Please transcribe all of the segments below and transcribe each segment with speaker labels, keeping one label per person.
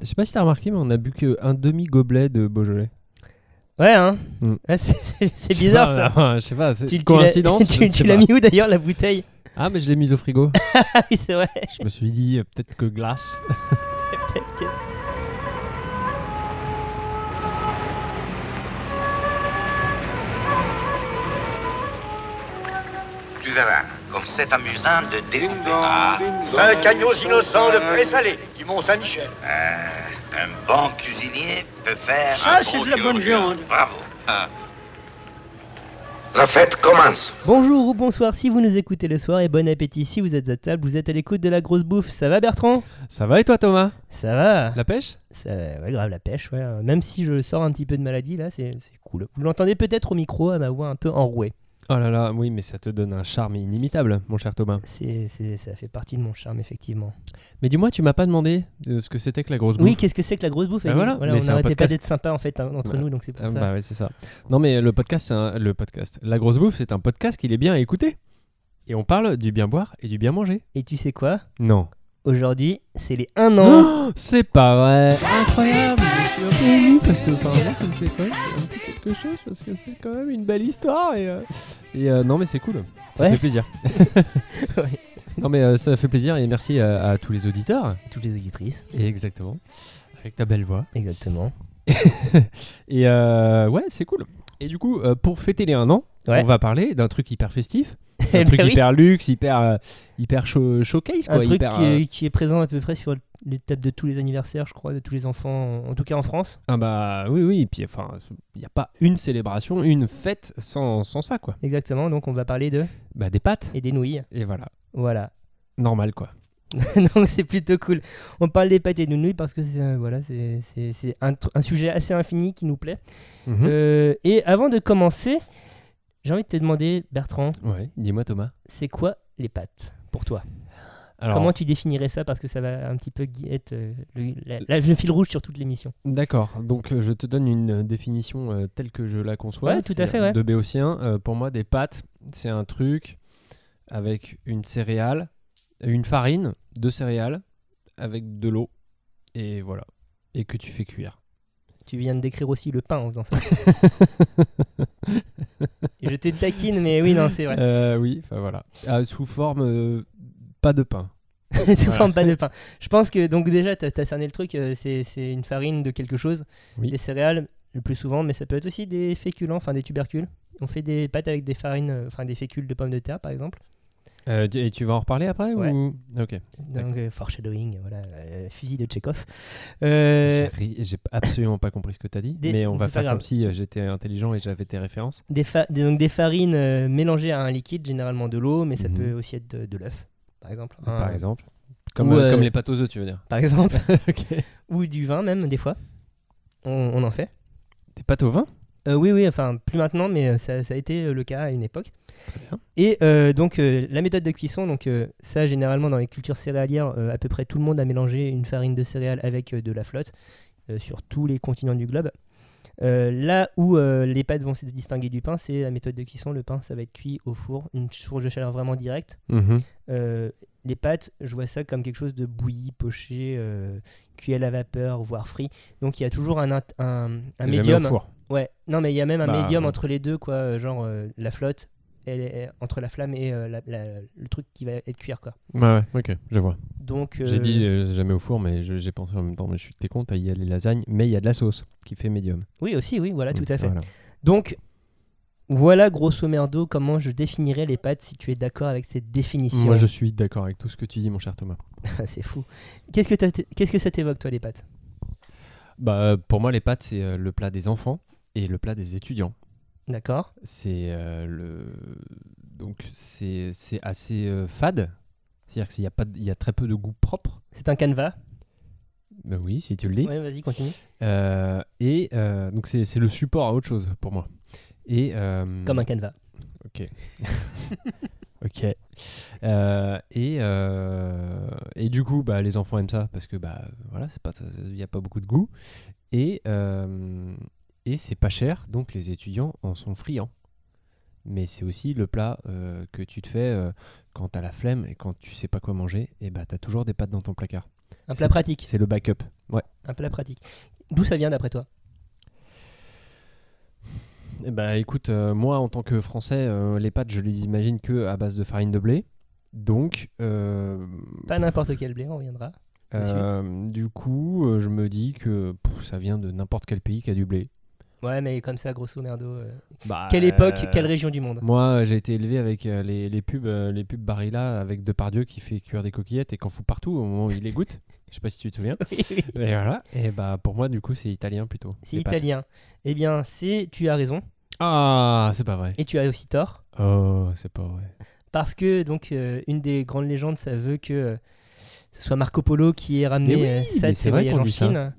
Speaker 1: Je sais pas si t'as remarqué, mais on a bu qu'un demi-gobelet de Beaujolais.
Speaker 2: Ouais, hein
Speaker 1: Mm.
Speaker 2: Ah, c'est- C'est c'est bizarre ça.
Speaker 1: Je sais pas,
Speaker 2: Tu- tu
Speaker 1: c'est
Speaker 2: l'as-
Speaker 1: coïncidence. je
Speaker 2: Tu,
Speaker 1: ne
Speaker 2: tu
Speaker 1: sais
Speaker 2: l'as
Speaker 1: pas.
Speaker 2: mis où d'ailleurs la bouteille
Speaker 1: Ah, mais je l'ai mise au frigo.
Speaker 2: Ah oui, c'est vrai.
Speaker 1: je me suis dit, euh, peut-être que glace.
Speaker 3: Tu verras, comme c'est amusant de découper. Ah,
Speaker 4: Cinq agneaux innocents de présalé du Mont-Saint-Michel.
Speaker 3: un bon cuisinier peut faire
Speaker 4: Ah,
Speaker 3: un
Speaker 4: c'est
Speaker 3: bon
Speaker 4: de la bonne
Speaker 3: chirurgien.
Speaker 4: viande.
Speaker 3: Bravo. La fête commence.
Speaker 2: Bonjour ou bonsoir si vous nous écoutez le soir et bon appétit si vous êtes à table, vous êtes à l'écoute de la grosse bouffe. Ça va Bertrand
Speaker 1: Ça va et toi, Thomas
Speaker 2: Ça va.
Speaker 1: La pêche
Speaker 2: Ça, ouais, grave la pêche, ouais. hein. Même si je sors un petit peu de maladie là, c'est c'est cool. Vous l'entendez peut-être au micro à ma voix un peu enrouée.
Speaker 1: Oh là là, oui, mais ça te donne un charme inimitable, mon cher Thomas.
Speaker 2: C'est c'est- ça fait partie de mon charme effectivement.
Speaker 1: Mais dis-moi, tu m'as pas demandé euh, ce que c'était que la grosse bouffe.
Speaker 2: Oui, qu'est-ce que c'est que la grosse bouffe
Speaker 1: Bah
Speaker 2: Aline
Speaker 1: voilà, mais
Speaker 2: On
Speaker 1: c'est un
Speaker 2: n'arrêtait pas
Speaker 1: podcast.
Speaker 2: d'être sympa en fait hein, entre
Speaker 1: Bah,
Speaker 2: nous, donc c'est pour
Speaker 1: Ah,
Speaker 2: ça.
Speaker 1: bah oui, c'est ça. Non, mais le podcast, c'est un- le podcast. La grosse bouffe, c'est un podcast qu'il est bien à écouter. Et on parle du bien boire et du bien manger.
Speaker 2: Et tu sais quoi
Speaker 1: Non.
Speaker 2: Aujourd'hui, c'est les 1 an.
Speaker 1: Oh, c'est pas vrai. Incroyable. Je suis un peu ému parce que enfin, moi, ça me fait quand même un peu quelque chose parce que c'est quand même une belle histoire et, euh, et, euh, non mais c'est cool. Ça
Speaker 2: Ouais.
Speaker 1: fait plaisir.
Speaker 2: Ouais.
Speaker 1: Non mais euh, ça fait plaisir et merci euh, à, à tous les auditeurs.
Speaker 2: Toutes les auditrices,
Speaker 1: Et exactement. Avec ta belle voix.
Speaker 2: exactement.
Speaker 1: Et euh, ouais, c'est cool. Et du coup, euh, pour fêter les 1 an,
Speaker 2: Ouais.
Speaker 1: on va parler d'un truc hyper festif,
Speaker 2: Eh
Speaker 1: un
Speaker 2: ben
Speaker 1: truc
Speaker 2: oui.
Speaker 1: hyper luxe, hyper euh, hyper show- showcase quoi,
Speaker 2: un truc
Speaker 1: hyper,
Speaker 2: qui,
Speaker 1: euh,
Speaker 2: est, qui est présent à peu près sur les tables de tous les anniversaires, je crois, de tous les enfants, en en tout cas en France.
Speaker 1: Ah bah oui oui, et puis enfin, il n'y a pas une célébration, une fête sans, sans ça quoi.
Speaker 2: Exactement, donc on va parler de
Speaker 1: Bah des pâtes
Speaker 2: et des nouilles.
Speaker 1: et voilà,
Speaker 2: Voilà.
Speaker 1: normal quoi.
Speaker 2: donc c'est plutôt cool. On parle des pâtes et des nouilles parce que c'est un- voilà, c'est- c'est c'est un, tr- un sujet assez infini qui nous plaît.
Speaker 1: Mmh.
Speaker 2: Euh, et avant de commencer, j'ai envie de te demander, Bertrand,
Speaker 1: Ouais, dis-moi Thomas.
Speaker 2: c'est quoi les pâtes pour toi
Speaker 1: Alors,
Speaker 2: Comment tu définirais ça Parce que ça va un petit peu gui- être euh, le, la- la- le fil rouge sur toute l'émission.
Speaker 1: d'accord, donc euh, je te donne une euh, définition euh, telle que je la conçois.
Speaker 2: Ouais, tout à fait,
Speaker 1: c'est-à-dire
Speaker 2: ouais.
Speaker 1: De Béotien, euh, pour moi, des pâtes, c'est un truc avec une céréale, une farine, deux céréales, avec de l'eau, et voilà. Et que tu fais cuire.
Speaker 2: Tu viens de décrire aussi le pain en faisant ça. Et je te taquine, mais oui, non, c'est vrai.
Speaker 1: Euh, oui, enfin voilà. Ah, sous forme, euh, pas de pain.
Speaker 2: Sous forme pas de pain. Je pense que, donc déjà, tu as, cerné le truc, euh, c'est c'est une farine de quelque chose,
Speaker 1: Oui.
Speaker 2: des céréales le plus souvent, mais ça peut être aussi des féculents, enfin des tubercules. On fait des pâtes avec des farines, euh, enfin des fécules de pommes de terre, par exemple.
Speaker 1: Euh, tu- et tu vas en reparler après
Speaker 2: Ouais.
Speaker 1: ou... Ok.
Speaker 2: Donc, euh, foreshadowing, voilà, euh, fusil de Tchekhov. Euh,
Speaker 1: J'ai ri- J'ai p- absolument pas compris ce que t'as dit,
Speaker 2: des-
Speaker 1: mais on va
Speaker 2: c'est pas
Speaker 1: faire
Speaker 2: grave.
Speaker 1: comme si euh, j'étais intelligent et j'avais tes références.
Speaker 2: Des, fa- des- donc des farines euh, mélangées à un liquide, généralement de l'eau, mais ça
Speaker 1: Mhm.
Speaker 2: peut aussi être de, de l'œuf, par exemple. Un-
Speaker 1: Par exemple. Comme,
Speaker 2: Ou,
Speaker 1: euh,
Speaker 2: euh,
Speaker 1: comme les pâtes aux œufs, tu veux dire.
Speaker 2: Par exemple. Ou du vin même, des fois. On, on en fait.
Speaker 1: Des pâtes au vin
Speaker 2: Euh, oui, oui, enfin, plus maintenant, mais euh, ça, ça a été euh, le cas à une époque.
Speaker 1: Très bien.
Speaker 2: Et euh, donc, euh, la méthode de cuisson, donc euh, ça, généralement, dans les cultures céréalières, euh, à peu près tout le monde a mélangé une farine de céréales avec euh, de la flotte euh, sur tous les continents du globe. Euh, là où euh, les pâtes vont se distinguer du pain, c'est la méthode de cuisson. Le pain, ça va être cuit au four, une source de chaleur vraiment directe.
Speaker 1: Mm-hmm.
Speaker 2: Euh, les pâtes, je vois ça comme quelque chose de bouilli, poché, euh, cuit à la vapeur, voire frit. Donc il y a toujours un, int- un, un
Speaker 1: C'est jamais au
Speaker 2: médium.
Speaker 1: four.
Speaker 2: Ouais, non, mais il y a même un
Speaker 1: Bah,
Speaker 2: médium
Speaker 1: non.
Speaker 2: entre les deux, quoi. euh, Genre euh, la flotte, elle est entre la flamme et euh, la- la- le truc qui va être cuir, quoi.
Speaker 1: Ouais, ouais, ok, je vois.
Speaker 2: Donc.
Speaker 1: J'ai
Speaker 2: euh,
Speaker 1: dit euh, jamais au four, mais je- j'ai pensé en même temps, mais je suis t'es con, t'as- il y a les lasagnes, mais il y a de la sauce qui fait médium.
Speaker 2: Oui, aussi, oui, voilà, tout
Speaker 1: Mm,
Speaker 2: à fait.
Speaker 1: voilà.
Speaker 2: Donc, voilà, grosso merdo, comment je définirais les pâtes si tu es d'accord avec cette définition.
Speaker 1: Moi, je suis d'accord avec tout ce que tu dis, mon cher Thomas.
Speaker 2: C'est fou. Qu'est-ce que, t'as- qu'est-ce que ça t'évoque, toi, les pâtes
Speaker 1: Bah, euh, pour moi, les pâtes, c'est euh, le plat des enfants et le plat des étudiants.
Speaker 2: D'accord
Speaker 1: c'est euh, le donc c'est c'est assez euh, fade c'est-à-dire qu'il y a pas de- il y a très peu de goût propre
Speaker 2: C'est un canevas
Speaker 1: ben oui si tu le dis
Speaker 2: Ouais, vas-y, continue.
Speaker 1: Euh, et euh, donc c'est c'est le support à autre chose pour moi et euh,
Speaker 2: Comme un canevas.
Speaker 1: ok Euh, et euh, et du coup bah les enfants aiment ça parce que bah voilà c'est pas il y a pas beaucoup de goût et euh, et c'est pas cher donc les étudiants en sont friands mais c'est aussi le plat euh, que tu te fais euh, quand t'as la flemme et quand tu sais pas quoi manger et bah t'as toujours des pâtes dans ton placard
Speaker 2: Un
Speaker 1: C'est-
Speaker 2: plat pratique.
Speaker 1: C'est le backup. Ouais.
Speaker 2: Un plat pratique. D'où ça vient d'après toi
Speaker 1: Eh ben, écoute, euh, moi en tant que Français, euh, les pâtes, je les imagine que à base de farine de blé. Donc, euh,
Speaker 2: Pas n'importe quel blé, on reviendra. dessus.
Speaker 1: euh, du coup, euh, je me dis que pff, ça vient de n'importe quel pays qui a du blé.
Speaker 2: Ouais, mais comme ça, grosso merdo. euh,
Speaker 1: Bah,
Speaker 2: Quelle époque,
Speaker 1: euh,
Speaker 2: quelle région du monde
Speaker 1: Moi, euh, j'ai été élevé avec euh, les, les pubs, euh, les pubs Barilla avec Depardieu qui fait cuire des coquillettes et qu'en fout partout au moment où il les goûte. Je sais pas si tu te souviens. Et voilà. Et bah pour moi, du coup, c'est italien plutôt.
Speaker 2: C'est
Speaker 1: les pâtes.
Speaker 2: italien. Eh bien, c'est tu as raison
Speaker 1: Ah, c'est pas vrai.
Speaker 2: et tu as aussi tort.
Speaker 1: Oh, c'est pas vrai.
Speaker 2: Parce que donc euh, une des grandes légendes, ça veut que euh, ce soit Marco Polo qui ait ramené
Speaker 1: Mais
Speaker 2: euh,
Speaker 1: oui,
Speaker 2: ça
Speaker 1: mais
Speaker 2: de
Speaker 1: c'est
Speaker 2: ses
Speaker 1: vrai
Speaker 2: voyages
Speaker 1: qu'on
Speaker 2: en
Speaker 1: dit ça.
Speaker 2: Chine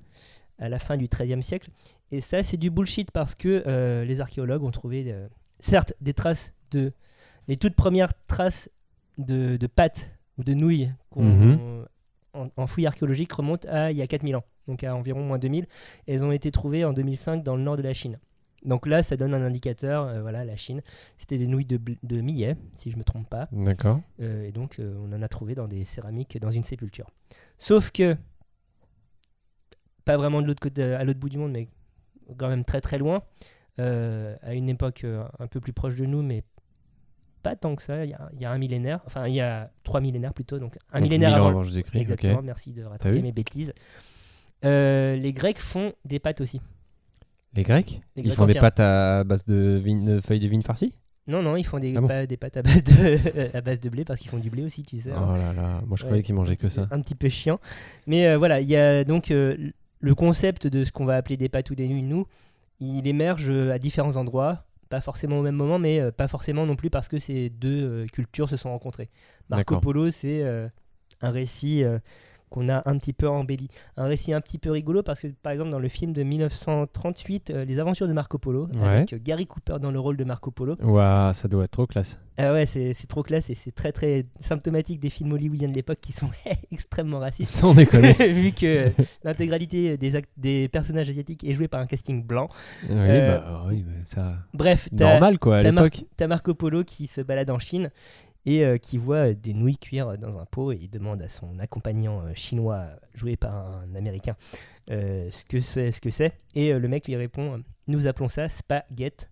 Speaker 2: à la fin du XIIIe siècle. Et ça, c'est du bullshit parce que euh, les archéologues ont trouvé, euh, certes, des traces de les toutes premières traces de, de pâtes ou de nouilles qu'on
Speaker 1: Mhm.
Speaker 2: en, en fouilles archéologiques remontent à il y a 4000 ans, donc à environ moins 2000. Elles ont été trouvées en 2005 dans le nord de la Chine. Donc là, ça donne un indicateur, euh, voilà, la Chine. C'était des nouilles de, bl- de millet, si je me trompe pas.
Speaker 1: D'accord.
Speaker 2: Euh, et donc, euh, on en a trouvé dans des céramiques, dans une sépulture. Sauf que, pas vraiment de l'autre côté, à l'autre bout du monde, mais quand même très très loin, euh, à une époque euh, un peu plus proche de nous, mais pas tant que ça, il y, a- il y a un millénaire, enfin il y a trois millénaires plutôt, donc un millénaire avant.
Speaker 1: Jésus-Christ. ok.
Speaker 2: Exactement, merci de rattraper
Speaker 1: vu
Speaker 2: mes bêtises. Euh, les Grecs font des pâtes aussi.
Speaker 1: Les Grecs
Speaker 2: Les
Speaker 1: Ils
Speaker 2: Grecs
Speaker 1: font des
Speaker 2: anciens.
Speaker 1: pâtes à base de, vigne- de feuilles de vigne farcies
Speaker 2: Non, non, ils font des,
Speaker 1: Ah bon
Speaker 2: pa- des pâtes à base, de, à base de blé parce qu'ils font du blé aussi, tu sais. hein.
Speaker 1: Oh là là, moi je
Speaker 2: Ouais.
Speaker 1: croyais qu'ils mangeaient que ça.
Speaker 2: un petit peu chiant. Mais euh, voilà, il y a donc euh, le concept de ce qu'on va appeler des pâtes ou des nouilles, nous, il émerge euh, à différents endroits, pas forcément au même moment, mais euh, pas forcément non plus parce que ces deux euh, cultures se sont rencontrées. Marco
Speaker 1: D'accord.
Speaker 2: Polo, c'est euh, un récit euh, qu'on a un petit peu embelli. Un récit un petit peu rigolo parce que, par exemple, dans le film de 1938, euh, Les aventures de Marco Polo,
Speaker 1: Ouais.
Speaker 2: avec euh, Gary Cooper dans le rôle de Marco Polo,
Speaker 1: Ouah, ça doit être trop classe.
Speaker 2: ah ouais, c'est c'est trop classe et c'est très très symptomatique des films hollywoodiens de l'époque qui sont extrêmement racistes.
Speaker 1: Sans déconner.
Speaker 2: vu que l'intégralité des, act- des personnages asiatiques est jouée par un casting blanc.
Speaker 1: oui,
Speaker 2: Euh,
Speaker 1: bah oui, mais ça.
Speaker 2: Bref, t'as
Speaker 1: Normal quoi, à
Speaker 2: t'as Mar-
Speaker 1: l'époque.
Speaker 2: t'as Marco Polo qui se balade en Chine et euh, qui voit euh, des nouilles cuire dans un pot et il demande à son accompagnant euh, chinois euh, joué par un américain euh, ce que c'est, ce que c'est. Et euh, le mec lui répond euh, Nous appelons ça spaghette.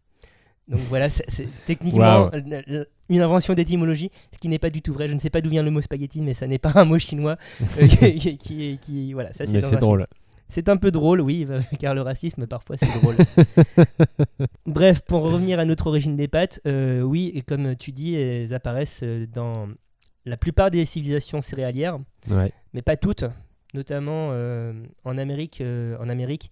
Speaker 2: Donc voilà, c'est c'est techniquement
Speaker 1: Waouh.
Speaker 2: euh, euh, une invention d'étymologie, ce qui n'est pas du tout vrai. Je ne sais pas d'où vient le mot spaghetti, mais ça n'est pas un mot chinois. euh, qui, qui- qui- voilà,
Speaker 1: Mais
Speaker 2: ça, dans un
Speaker 1: c'est
Speaker 2: film.
Speaker 1: drôle.
Speaker 2: C'est un peu drôle, oui, car le racisme, parfois, c'est drôle. Bref, pour revenir à notre origine des pâtes, euh, oui, et comme tu dis, elles apparaissent euh, dans la plupart des civilisations céréalières,
Speaker 1: Ouais.
Speaker 2: mais pas toutes, notamment euh, en, Amérique, euh, en Amérique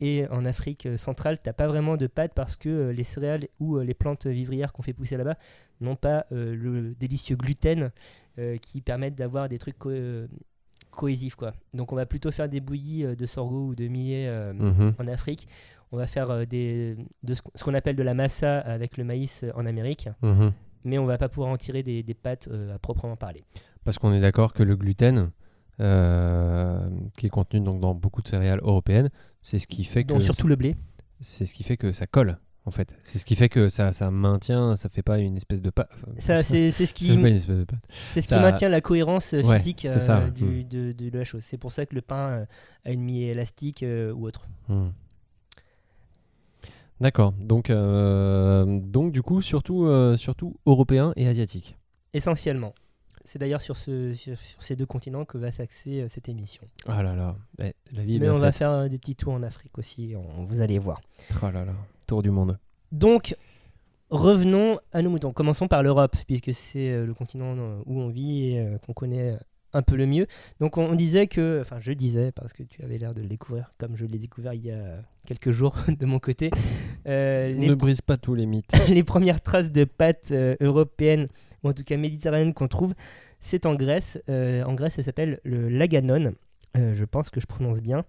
Speaker 2: et en Afrique euh, centrale. T'as pas vraiment de pâtes parce que euh, les céréales ou euh, les plantes vivrières qu'on fait pousser là-bas n'ont pas euh, le délicieux gluten euh, qui permettent d'avoir des trucs co- euh, cohésifs. Quoi. Donc on va plutôt faire des bouillies euh, de sorgho ou de millet euh,
Speaker 1: Mhm.
Speaker 2: en Afrique. On va faire euh, des, de ce qu- ce qu'on appelle de la massa avec le maïs euh, en Amérique,
Speaker 1: Mhm.
Speaker 2: mais on va pas pouvoir en tirer des, des pâtes euh, à proprement parler.
Speaker 1: Parce qu'on est d'accord que le gluten, euh, qui est contenu donc dans beaucoup de céréales européennes, c'est ce qui fait que
Speaker 2: Donc surtout le blé.
Speaker 1: c'est ce qui fait que ça colle en fait. C'est ce qui fait que ça, ça maintient, ça fait pas une espèce de pâte.
Speaker 2: Ça, c'est c'est
Speaker 1: C'est
Speaker 2: ce qui,
Speaker 1: pas une espèce de pâte.
Speaker 2: c'est ce qui
Speaker 1: ça-
Speaker 2: maintient la cohérence euh,
Speaker 1: Ouais,
Speaker 2: physique
Speaker 1: c'est ça,
Speaker 2: euh,
Speaker 1: ouais. Mm.
Speaker 2: du- de, de la chose. C'est pour ça que le pain euh, a une mie élastique euh, ou autre.
Speaker 1: Hmm. D'accord. Donc, euh, donc du coup, surtout, euh, surtout européen et asiatique.
Speaker 2: Essentiellement. C'est d'ailleurs sur, ce, sur, sur ces deux continents que va s'axer euh, cette émission.
Speaker 1: Ah là là, Eh, la vie est
Speaker 2: Mais
Speaker 1: bien
Speaker 2: on va
Speaker 1: faite.
Speaker 2: faire euh, des petits tours en Afrique aussi, on- vous allez voir.
Speaker 1: Oh là là, tour du monde.
Speaker 2: Donc, revenons à nos moutons. Commençons par l'Europe, puisque c'est euh, le continent euh, où on vit et euh, qu'on connaît euh, un peu le mieux. Donc, on, on disait que, enfin, je disais, parce que tu avais l'air de le découvrir, comme je l'ai découvert il y a quelques jours de mon côté, euh,
Speaker 1: Ne
Speaker 2: les,
Speaker 1: brise pas tous les mythes.
Speaker 2: les premières traces de pâtes euh, européennes, ou en tout cas méditerranéennes, qu'on trouve, c'est en Grèce. Euh, en Grèce, ça s'appelle le laganon. euh, je pense que je prononce bien,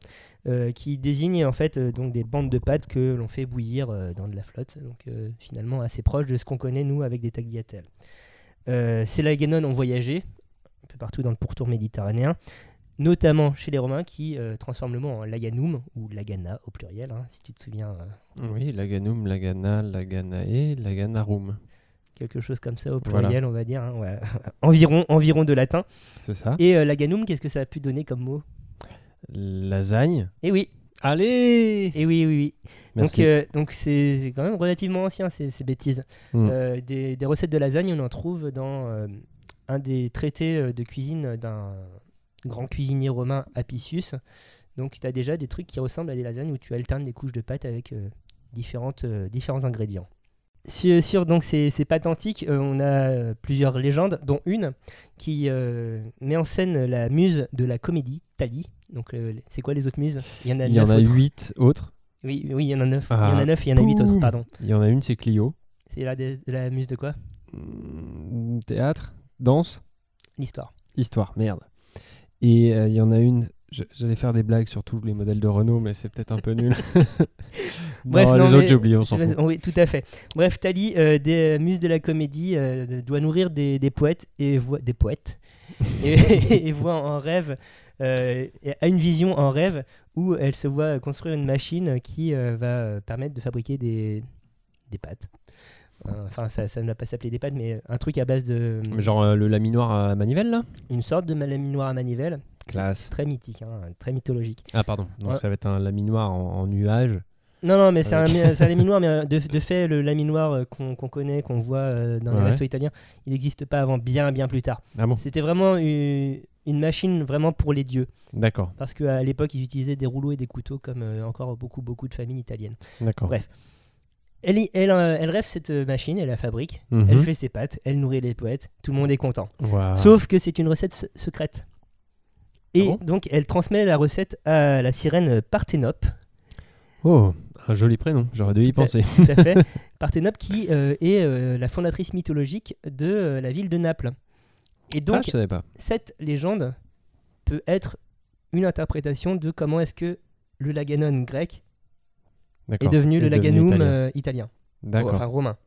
Speaker 2: euh, qui désigne en fait euh, donc des bandes de pâtes que l'on fait bouillir euh, dans de la flotte, donc euh, finalement assez proche de ce qu'on connaît nous avec des tagliatelles. Euh, ces laganon ont voyagé un peu partout dans le pourtour méditerranéen, notamment chez les Romains qui euh, transforment le mot en laganum ou lagana au pluriel, hein, si tu te souviens euh,
Speaker 1: Oui, Laganum, Lagana, Laganae, Laganarum.
Speaker 2: quelque chose comme ça au
Speaker 1: Voilà.
Speaker 2: pluriel, on va dire. hein, ouais. environ, environ de latin.
Speaker 1: C'est ça.
Speaker 2: Et euh, laganum, qu'est-ce que ça a pu donner comme mot
Speaker 1: Lasagne.
Speaker 2: Eh oui,
Speaker 1: Allez
Speaker 2: eh oui, oui, oui.
Speaker 1: Merci.
Speaker 2: Donc, euh, donc c'est c'est quand même relativement ancien ces, ces bêtises.
Speaker 1: Mm.
Speaker 2: Euh, des, des recettes de lasagne, on en trouve dans euh, un des traités euh, de cuisine d'un grand cuisinier romain Apicius. Donc tu as déjà des trucs qui ressemblent à des lasagnes où tu alternes des couches de pâtes avec euh, différentes, euh, différents ingrédients. Sur, sur, donc ces, ces pâtes antiques, euh, on a euh, plusieurs légendes, dont une qui euh, met en scène la muse de la comédie, Thalie. Donc euh, c'est quoi les autres muses Il y en a,
Speaker 1: il y en
Speaker 2: neuf
Speaker 1: a
Speaker 2: autres.
Speaker 1: huit autres.
Speaker 2: Oui, oui, il y en a 9. il y en
Speaker 1: Ah,
Speaker 2: a 9, il y en a 8 autres,
Speaker 1: boum.
Speaker 2: pardon.
Speaker 1: Il y en a une, c'est Clio.
Speaker 2: C'est la, dé- la muse de quoi
Speaker 1: Mm, Théâtre, danse,
Speaker 2: L'histoire.
Speaker 1: histoire, merde. Et euh, il y en a une, je- j'allais faire des blagues sur tous les modèles de Renault, mais c'est peut-être un peu nul.
Speaker 2: Bref,
Speaker 1: non,
Speaker 2: non,
Speaker 1: les
Speaker 2: mais-
Speaker 1: autres, j'ai oublié, on s'en
Speaker 2: c'est-
Speaker 1: fout.
Speaker 2: Oui, tout à fait. Bref, Thalie, euh, des euh, muses de la comédie, euh, doit nourrir des, des poètes et voit des poètes et, et voit en rêve euh, et a une vision en rêve où elle se voit construire une machine qui euh, va euh, permettre de fabriquer des des pâtes. Euh, Enfin, ça, ça ne va pas s'appeler des pâtes, mais un truc à base de
Speaker 1: Genre euh, le laminoir à manivelle, là
Speaker 2: une sorte de malaminoir à manivelle,
Speaker 1: Classe.
Speaker 2: très mythique, hein, très mythologique.
Speaker 1: Ah, pardon. Donc
Speaker 2: Ouais.
Speaker 1: ça va être un laminoir en, en nuage.
Speaker 2: Non, non, mais c'est
Speaker 1: Avec-
Speaker 2: un, c'est un laminoir, mais euh, de, de fait, le laminoir euh, qu'on qu'on connaît, qu'on voit euh, dans
Speaker 1: Ouais.
Speaker 2: les restos italiens, il n'existe pas avant bien, bien plus tard.
Speaker 1: Ah bon
Speaker 2: C'était vraiment une, une machine vraiment pour les dieux,
Speaker 1: D'accord,
Speaker 2: parce qu'à l'époque, ils utilisaient des rouleaux et des couteaux, comme euh, encore beaucoup, beaucoup de familles italiennes.
Speaker 1: d'accord.
Speaker 2: Bref. Elle, y- elle, euh, elle rêve cette euh, machine, elle la fabrique,
Speaker 1: Mhm.
Speaker 2: elle fait ses pâtes, elle nourrit les poètes, tout le monde est content.
Speaker 1: Waouh.
Speaker 2: Sauf que c'est une recette se- secrète. Et
Speaker 1: Ah
Speaker 2: donc, elle transmet la recette à la sirène euh, Parthénope.
Speaker 1: Oh, un joli prénom, j'aurais dû y
Speaker 2: Tout à-
Speaker 1: penser.
Speaker 2: tout à fait. Parthénope qui euh, est euh, la fondatrice mythologique de euh, la ville de Naples. Et
Speaker 1: Ah,
Speaker 2: donc,
Speaker 1: je savais pas.
Speaker 2: cette légende peut être une interprétation de comment est-ce que le laganon grec est
Speaker 1: D'accord.
Speaker 2: devenu le laganum
Speaker 1: italien.
Speaker 2: euh, italien,
Speaker 1: D'accord.
Speaker 2: enfin romain.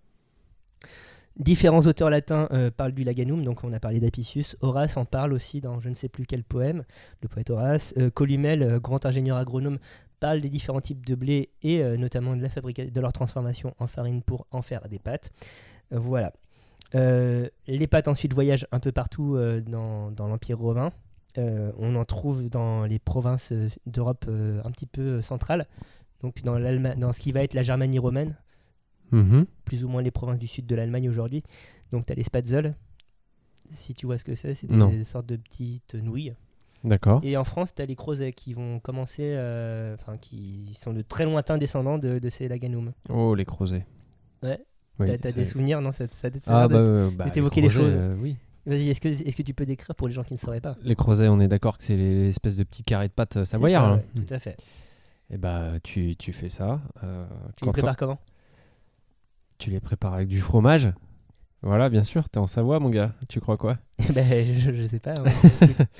Speaker 2: Différents auteurs latins euh, parlent du laganum, donc on a parlé d'Apicius, Horace en parle aussi dans je ne sais plus quel poème, le poète Horace, Euh, Columel, euh, grand ingénieur agronome, parle des différents types de blé et euh, notamment de, la fabrication, de leur transformation en farine pour en faire des pâtes. Euh, voilà. Euh, les pâtes ensuite voyagent un peu partout euh, dans, dans l'Empire romain. Euh, on en trouve dans les provinces euh, d'Europe euh, un petit peu euh, centrale, donc dans, l'Allema- dans ce qui va être la Germanie romaine,
Speaker 1: Mhm.
Speaker 2: plus ou moins les provinces du sud de l'Allemagne aujourd'hui. Donc tu as les Spatzel, si tu vois ce que c'est, c'est
Speaker 1: Non.
Speaker 2: des sortes de petites nouilles.
Speaker 1: D'accord.
Speaker 2: Et en France, tu as les Crozets qui vont commencer, euh, enfin qui sont de très lointains descendants de, de ces Laganum.
Speaker 1: Oh, les crozets.
Speaker 2: Ouais.
Speaker 1: Oui,
Speaker 2: T'as- t'as des
Speaker 1: c'est-
Speaker 2: souvenirs, non ça, ça- ça a
Speaker 1: Ah,
Speaker 2: l'air de-
Speaker 1: bah, euh, bah,
Speaker 2: t'évoquer les
Speaker 1: crozets,
Speaker 2: choses.
Speaker 1: euh, oui.
Speaker 2: Vas-y, est-ce que, est-ce que tu peux décrire pour les gens qui ne sauraient pas
Speaker 1: Les crozets, on est d'accord que c'est les- l'espèce de petit carré de pâte
Speaker 2: C'est
Speaker 1: savoyard.
Speaker 2: ça,
Speaker 1: hein.
Speaker 2: ouais, Tout à fait.
Speaker 1: Et bah, tu, tu fais ça. euh,
Speaker 2: Tu
Speaker 1: quand
Speaker 2: les prépares comment
Speaker 1: Tu les prépares avec du fromage. Voilà, bien sûr, t'es en Savoie, mon gars. Tu crois quoi
Speaker 2: Ben, je, je sais pas. hein.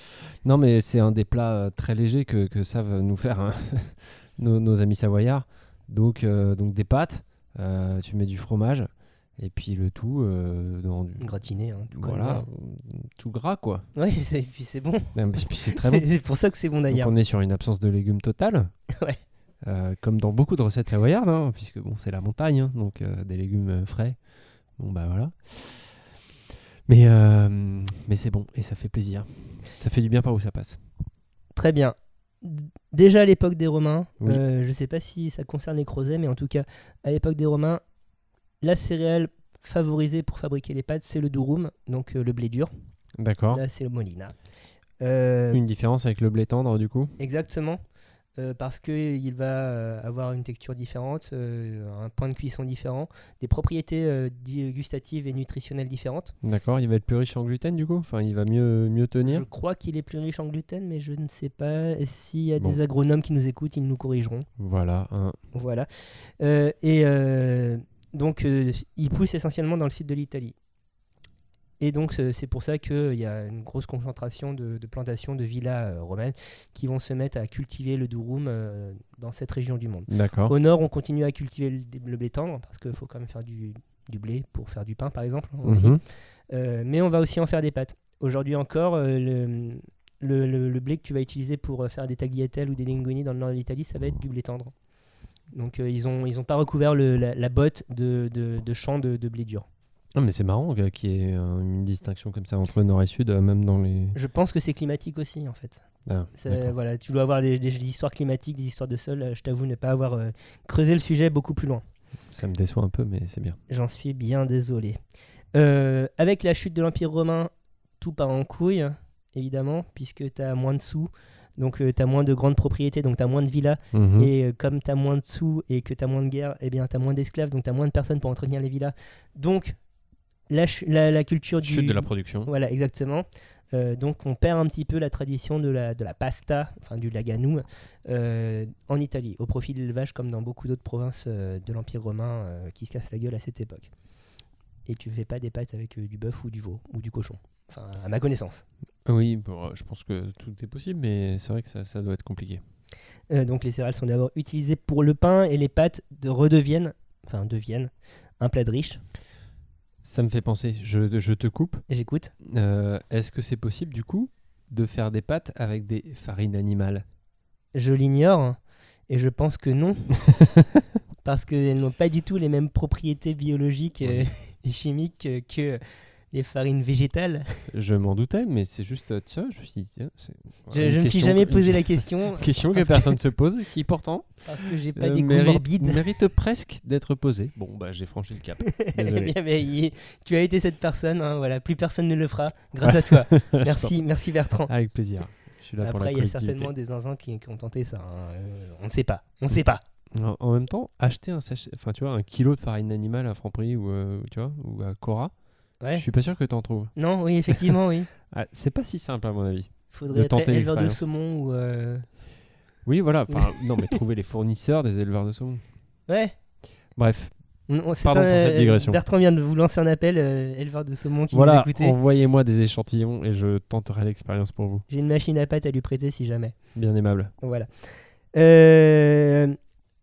Speaker 1: Non, mais c'est un des plats euh, très légers que, que savent nous faire hein, nos, nos amis savoyards. Donc, euh, donc des pâtes, euh, tu mets du fromage, et puis le tout euh, dans du.
Speaker 2: Gratiné, hein, tout
Speaker 1: Voilà, tout gras, quoi.
Speaker 2: comme- Ouais, c'est, puis c'est bon.
Speaker 1: Et puis c'est très bon.
Speaker 2: c'est pour ça que c'est bon
Speaker 1: Donc
Speaker 2: d'ailleurs.
Speaker 1: on est sur une absence de légumes totale.
Speaker 2: Ouais.
Speaker 1: Euh, comme dans beaucoup de recettes savoyardes, hein, puisque bon, c'est la montagne, hein, donc euh, des légumes euh, frais. Bon bah voilà. Mais, euh, mais c'est bon et ça fait plaisir. Ça fait du bien par où ça passe.
Speaker 2: Très bien. D- Déjà à l'époque des Romains,
Speaker 1: Oui.
Speaker 2: euh, je sais pas si ça concerne les Crozets, mais en tout cas, à l'époque des Romains, la céréale favorisée pour fabriquer les pâtes, c'est le durum, donc euh, le blé dur.
Speaker 1: D'accord.
Speaker 2: Là, c'est le molina. Euh,
Speaker 1: Une différence avec le blé tendre du coup
Speaker 2: Exactement. euh, parce qu'il va euh, avoir une texture différente, euh, un point de cuisson différent, des propriétés euh, di- gustatives et nutritionnelles différentes.
Speaker 1: D'accord, il va être plus riche en gluten du coup Enfin, il va mieux, mieux tenir
Speaker 2: Je crois qu'il est plus riche en gluten, mais je ne sais pas Et s'il y a
Speaker 1: Bon.
Speaker 2: des agronomes qui nous écoutent, ils nous corrigeront.
Speaker 1: Voilà. hein.
Speaker 2: Voilà. Euh, et euh, donc, euh, il pousse essentiellement dans le sud de l'Italie. Et donc, c'est c'est pour ça qu'il y a une grosse concentration de, de plantations de villas euh, romaines qui vont se mettre à cultiver le durum euh, dans cette région du monde.
Speaker 1: D'accord.
Speaker 2: Au nord, on continue à cultiver le, le blé tendre parce qu'il faut quand même faire du, du blé pour faire du pain, par exemple. hein, aussi.
Speaker 1: Mhm.
Speaker 2: Euh, mais on va aussi en faire des pâtes. Aujourd'hui encore, euh, le, le- le- le blé que tu vas utiliser pour euh, faire des tagliatelles ou des linguini dans le nord de l'Italie, ça va être du blé tendre. Donc euh, ils n'ont ils ont pas recouvert le- la, la botte de, de, de champs de, de blé dur.
Speaker 1: Non, mais c'est marrant euh, qu'il y ait euh, une distinction comme ça entre Nord et Sud, euh, même dans les.
Speaker 2: Je pense que c'est climatique aussi, en fait.
Speaker 1: Ah,
Speaker 2: C'est-
Speaker 1: d'accord.
Speaker 2: Voilà, tu dois avoir des, des- des histoires climatiques, des histoires de sol. euh, Je t'avoue ne pas avoir euh, creusé le sujet beaucoup plus loin.
Speaker 1: Ça me déçoit un peu, mais c'est bien.
Speaker 2: J'en suis bien désolé. Euh, avec la chute de l'Empire romain, tout part en couille, évidemment, puisque tu as moins de sous, donc tu as moins de grandes propriétés, donc tu as moins de villas.
Speaker 1: Mhm.
Speaker 2: Et euh, comme tu as moins de sous et que tu as moins de guerres, eh bien tu as moins d'esclaves, donc tu as moins de personnes pour entretenir les villas. Donc la, ch- la, la culture du...
Speaker 1: Chute de la production.
Speaker 2: Voilà, exactement. Euh, donc on perd un petit peu la tradition de la, de la pasta, enfin du laganum, euh, en Italie, au profit de l'élevage comme dans beaucoup d'autres provinces euh, de l'Empire romain euh, qui se cassent la gueule à cette époque. Et tu fais pas des pâtes avec euh, du bœuf ou du veau ou du cochon, enfin à ma connaissance.
Speaker 1: Oui, bon, euh, je pense que tout est possible, mais c'est vrai que ça, ça doit être compliqué.
Speaker 2: Euh, donc les céréales sont d'abord utilisées pour le pain et les pâtes de redeviennent, enfin deviennent, un plat de riche.
Speaker 1: Ça me fait penser, je, je te coupe.
Speaker 2: J'écoute.
Speaker 1: Euh, Est-ce que c'est possible, du coup, de faire des pâtes avec des farines animales
Speaker 2: Je l'ignore et je pense que non, parce qu'elles n'ont pas du tout les mêmes propriétés biologiques euh, et chimiques euh, que les farines végétales.
Speaker 1: Je m'en doutais, mais c'est juste, euh, tiens, je me suis dit, tiens, c'est-
Speaker 2: Je,
Speaker 1: voilà, une
Speaker 2: je me suis
Speaker 1: question-
Speaker 2: jamais
Speaker 1: une-
Speaker 2: posé la question
Speaker 1: une question que
Speaker 2: parce que-
Speaker 1: personne ne se pose, qui pourtant
Speaker 2: parce que j'ai pas
Speaker 1: euh,
Speaker 2: des
Speaker 1: mérite,
Speaker 2: comorbides.
Speaker 1: mérite presque d'être posée. Bon, bah j'ai franchi le cap.
Speaker 2: Eh
Speaker 1: Désolé.
Speaker 2: bien, mais il- tu as été cette personne, hein, voilà, plus personne ne le fera grâce à toi. Merci, merci Bertrand.
Speaker 1: Avec plaisir. Je suis Ah, là pour la
Speaker 2: Après, il y a
Speaker 1: collectivité.
Speaker 2: certainement des zinzins qui, qui ont tenté ça. hein, euh, on ne sait pas. On ne sait pas.
Speaker 1: En, en même temps, acheter un sachet, enfin tu vois, un kilo de farine animale à Franprix ou euh, tu vois ou à Cora,
Speaker 2: Ouais.
Speaker 1: je suis pas sûr que t'en trouves.
Speaker 2: Non, oui, effectivement, oui.
Speaker 1: Ah, c'est pas si simple à mon avis.
Speaker 2: Faudrait
Speaker 1: De
Speaker 2: être
Speaker 1: tenter
Speaker 2: éleveur de
Speaker 1: l'expérience.
Speaker 2: saumon ou. euh,
Speaker 1: Oui, voilà. Enfin, non, mais trouver les fournisseurs des éleveurs de saumon.
Speaker 2: Ouais.
Speaker 1: Bref,
Speaker 2: On- on- c'est
Speaker 1: Pardon pour cette digression.
Speaker 2: Bertrand vient de vous lancer un appel, euh, éleveur de saumon qui nous
Speaker 1: voilà.
Speaker 2: écoutait.
Speaker 1: Envoyez-moi des échantillons et je tenterai l'expérience pour vous.
Speaker 2: J'ai une machine à pâtes à lui prêter si jamais.
Speaker 1: Bien aimable.
Speaker 2: Voilà. Euh,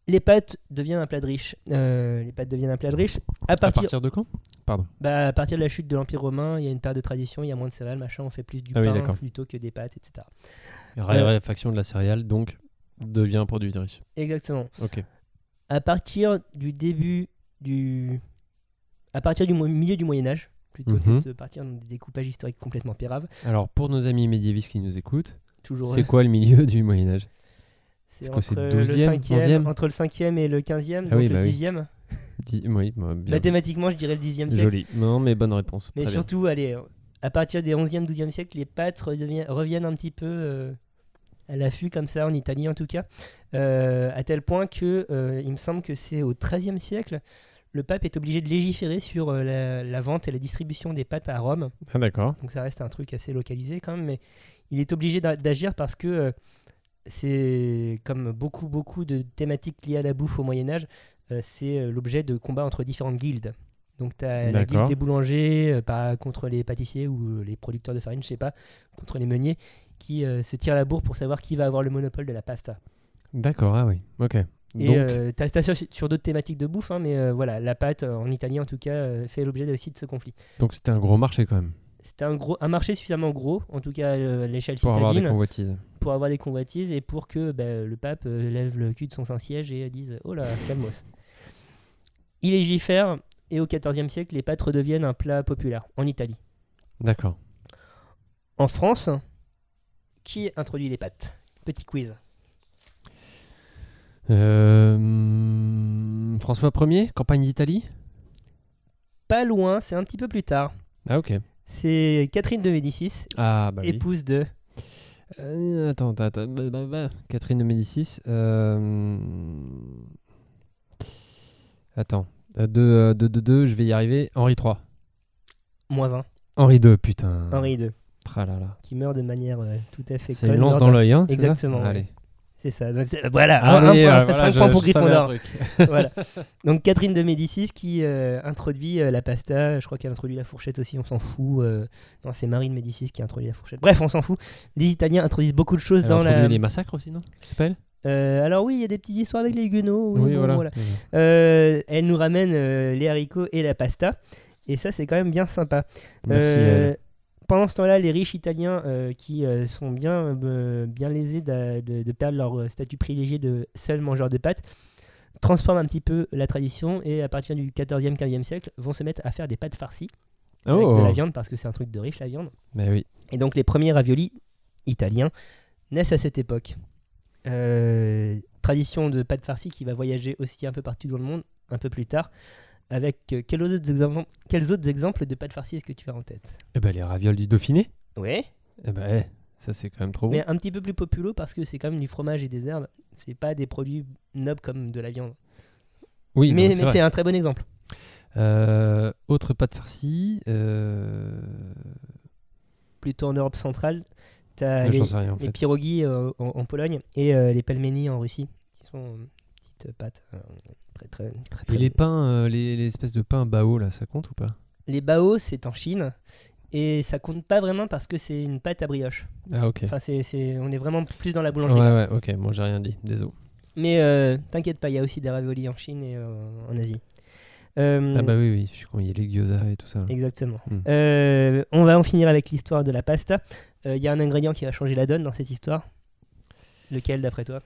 Speaker 2: Les pâtes deviennent un plat de riche. Euh, les pâtes deviennent un plat de riche. À
Speaker 1: À
Speaker 2: partir,
Speaker 1: partir de quand Pardon.
Speaker 2: bah, à partir de la chute de l'Empire romain, il y a une paire de traditions, il y a moins de céréales, machin, on fait plus du
Speaker 1: Ah oui,
Speaker 2: pain
Speaker 1: d'accord.
Speaker 2: plutôt que des pâtes, etc.
Speaker 1: Raréfaction de la céréale, donc devient un produit de riche.
Speaker 2: Exactement.
Speaker 1: Ok.
Speaker 2: à partir du début du à partir du mo- milieu du Moyen Âge plutôt
Speaker 1: Mhm.
Speaker 2: que de partir dans des découpages historiques complètement péraves
Speaker 1: Alors pour nos amis médiévistes qui nous écoutent,
Speaker 2: toujours
Speaker 1: c'est quoi le milieu du Moyen Âge c'est
Speaker 2: c'est
Speaker 1: quoi,
Speaker 2: entre
Speaker 1: c'est le
Speaker 2: le
Speaker 1: 12e,
Speaker 2: 5e
Speaker 1: 11e?
Speaker 2: entre le 5e et le 15e
Speaker 1: Ah
Speaker 2: donc
Speaker 1: oui,
Speaker 2: le
Speaker 1: bah oui.
Speaker 2: 10e
Speaker 1: Dis- Oui, bah, bien.
Speaker 2: mathématiquement je dirais le 10e siècle
Speaker 1: Joli. Non, mais bonne réponse.
Speaker 2: mais
Speaker 1: Très bien.
Speaker 2: surtout allez euh, à partir des 11e 12e siècle les pâtes redevient- reviennent un petit peu euh, à l'affût comme ça en Italie en tout cas euh, à tel point que euh, il me semble que c'est au 13e siècle le pape est obligé de légiférer sur euh, la- la vente et la distribution des pâtes à Rome
Speaker 1: Ah, d'accord.
Speaker 2: Donc ça reste un truc assez localisé quand même, mais il est obligé d'a- d'agir parce que euh, c'est comme beaucoup beaucoup de thématiques liées à la bouffe au Moyen Âge, euh, c'est euh, l'objet de combats entre différentes guildes. Donc tu as la guilde
Speaker 1: D'accord.
Speaker 2: des boulangers euh, par- contre les pâtissiers ou euh, les producteurs de farine, je sais pas, contre les meuniers qui euh, se tirent la bourre pour savoir qui va avoir le monopole de la pasta.
Speaker 1: D'accord, ah oui. Ok.
Speaker 2: Et
Speaker 1: Donc,
Speaker 2: euh, t'as- t'as sur, sur d'autres thématiques de bouffe, hein, mais euh, voilà, la pâte euh, en Italie en tout cas euh, fait l'objet aussi de ce conflit.
Speaker 1: donc c'était un gros marché quand même
Speaker 2: C'était un, gros, un marché suffisamment gros, en tout cas euh, à l'échelle
Speaker 1: pour avoir des
Speaker 2: citadine,
Speaker 1: convoitises.
Speaker 2: pour avoir des convoitises et pour que bah, le pape euh, lève le cul de son Saint-Siège et euh, dise Oh là, calmos. Il légifère et au XIVe siècle, les pâtes redeviennent un plat populaire en Italie.
Speaker 1: D'accord.
Speaker 2: En France, qui introduit les pâtes Petit quiz.
Speaker 1: Euh, hmm, François 1er, campagne d'Italie
Speaker 2: Pas loin, c'est un petit peu plus tard.
Speaker 1: Ah, ok.
Speaker 2: C'est Catherine de Médicis,
Speaker 1: Ah, bah oui.
Speaker 2: épouse de.
Speaker 1: Euh, attends, attends, attends, bah, bah, bah, Catherine de Médicis. euh, Attends. euh, 2, 2, 2, je vais y arriver. Henri 3.
Speaker 2: Moins un,
Speaker 1: Henri 2, putain.
Speaker 2: Henri II,
Speaker 1: Tralala.
Speaker 2: qui meurt de manière euh, tout à fait
Speaker 1: Ah. C'est une
Speaker 2: conne
Speaker 1: lance
Speaker 2: lors
Speaker 1: dans
Speaker 2: d'un-
Speaker 1: l'œil, hein c'est ça
Speaker 2: Exactement, ouais.
Speaker 1: Allez.
Speaker 2: C'est ça. donc c'est- Voilà, un- un
Speaker 1: Allez,
Speaker 2: point,
Speaker 1: euh, voilà,
Speaker 2: cinq
Speaker 1: je-
Speaker 2: points pour
Speaker 1: je savais un
Speaker 2: Gryffondor.
Speaker 1: truc.
Speaker 2: voilà. Donc Catherine de Médicis qui euh, introduit euh, la pasta, je crois qu'elle introduit la fourchette aussi, on s'en fout. euh, non, c'est Marie de Médicis qui introduit la fourchette. Bref, on s'en fout. Les Italiens introduisent beaucoup de choses
Speaker 1: Elle a
Speaker 2: dans la...
Speaker 1: introduit les massacres aussi, non C'est pas elle
Speaker 2: Euh, alors oui, il y a des petites histoires avec les Huguenots. oui, bon, voilà.
Speaker 1: Mhm.
Speaker 2: Euh, elle nous ramène euh, les haricots et la pasta. Et ça, c'est quand même bien sympa.
Speaker 1: Merci.
Speaker 2: Euh,
Speaker 1: Bah, elle.
Speaker 2: pendant ce temps-là, les riches italiens euh, qui euh, sont bien, euh, bien lésés d'a- de, de perdre leur euh, statut privilégié de seul mangeur de pâtes transforment un petit peu la tradition et à partir du 14e, 15e siècle vont se mettre à faire des pâtes farcies avec de la viande parce que c'est un truc de riche la viande.
Speaker 1: Mais Oh, bah oui.
Speaker 2: Et donc les premiers raviolis italiens naissent à cette époque. Euh, tradition de pâte farcie qui va voyager aussi un peu partout dans le monde un peu plus tard. Avec euh, quels, autres exemples, quels autres exemples de pâte farcie est-ce que tu as en tête
Speaker 1: Eh ben, les ravioles du Dauphiné.
Speaker 2: Oui.
Speaker 1: Eh ben, eh, ça, c'est quand même trop bon.
Speaker 2: Mais un petit peu plus populo parce que c'est quand même du fromage et des herbes. C'est pas des produits nobles comme de la viande.
Speaker 1: Oui, non,
Speaker 2: mais
Speaker 1: c'est
Speaker 2: mais
Speaker 1: vrai.
Speaker 2: c'est un très bon exemple.
Speaker 1: Euh, autre pâte farcie. Euh...
Speaker 2: Plutôt en Europe centrale, tu as Bah, les,
Speaker 1: J'en sais rien en
Speaker 2: les
Speaker 1: fait.
Speaker 2: pierogies euh, en, en Pologne et euh, les pelmenis en Russie qui sont euh, petites pâtes euh, très très très, très
Speaker 1: Et les pains, euh, les, les espèces de pains bao là, ça compte ou pas
Speaker 2: Les bao, c'est en Chine. Et ça compte pas vraiment parce que c'est une pâte à brioche.
Speaker 1: Ah ok.
Speaker 2: Enfin, c'est, c'est- on est vraiment plus dans la
Speaker 1: Ouais
Speaker 2: boulangerie.
Speaker 1: ouais ok. Moi j'ai rien dit. Désolé.
Speaker 2: Mais euh, t'inquiète pas, il y a aussi des raviolis en Chine et euh, en Asie. Euh,
Speaker 1: Ah bah oui oui. Je suis con. Il y a les gyoza et tout ça. là.
Speaker 2: Exactement.
Speaker 1: Mm.
Speaker 2: Euh, on va en finir avec l'histoire de la pasta. Euh, Il y a un ingrédient qui va changer la donne dans cette histoire. Lequel, d'après toi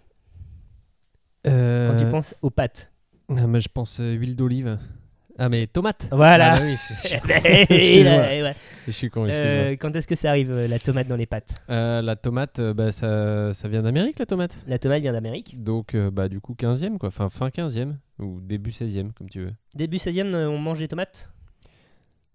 Speaker 2: Quand tu
Speaker 1: Euh,
Speaker 2: penses aux pâtes.
Speaker 1: ah, mais je pense euh, huile d'olive. Ah mais tomate.
Speaker 2: Voilà.
Speaker 1: Ah, bah oui, je, je-
Speaker 2: Et là,
Speaker 1: Excuse-moi.
Speaker 2: et ouais.
Speaker 1: je suis con. Excuse-moi.
Speaker 2: Euh, quand est-ce que ça arrive, euh, la tomate dans les pâtes
Speaker 1: Euh, la tomate, euh, bah, ça, ça vient d'Amérique la tomate.
Speaker 2: La tomate vient d'Amérique.
Speaker 1: Donc euh, bah du coup 15e quoi. Enfin fin 15e ou début 16e comme tu veux.
Speaker 2: Début 16e, euh, on mange des tomates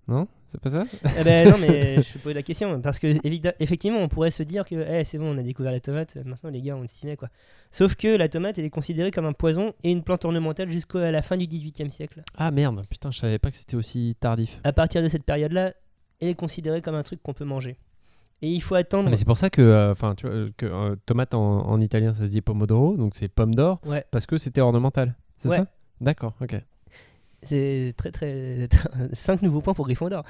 Speaker 1: Non C'est pas ça
Speaker 2: Eh ben non, mais je pose la question parce que évida- effectivement, on pourrait se dire que eh, c'est bon, on a découvert la tomate. euh, Maintenant, les gars, on s'y met quoi. Sauf que la tomate, elle est considérée comme un poison et une plante ornementale jusqu'à la fin du XVIIIe siècle.
Speaker 1: Ah merde. Putain je savais pas que c'était aussi tardif.
Speaker 2: À partir de cette période-là, elle est considérée comme un truc qu'on peut manger. Et il faut attendre.
Speaker 1: Ah, mais c'est pour ça que, enfin, tu vois, euh, que euh, tomate en, en italien ça se dit pomodoro, donc c'est pomme d'or,
Speaker 2: Ouais.
Speaker 1: parce que c'était ornemental, c'est
Speaker 2: Ouais.
Speaker 1: ça D'accord, ok.
Speaker 2: C'est très très 5 nouveaux points pour Gryffondor.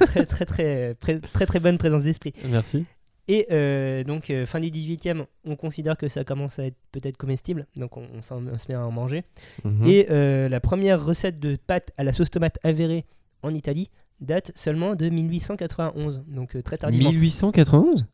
Speaker 2: très, très, très très très très bonne présence d'esprit.
Speaker 1: Merci.
Speaker 2: Et euh, donc, euh, fin du 18e, on considère que ça commence à être peut-être comestible, donc on, on s'en- on se met à en manger.
Speaker 1: Mmh. Mhm.
Speaker 2: Et euh, la première recette de pâte à la sauce tomate avérée en Italie date seulement de 1891, donc euh, très tardivement.
Speaker 1: 1891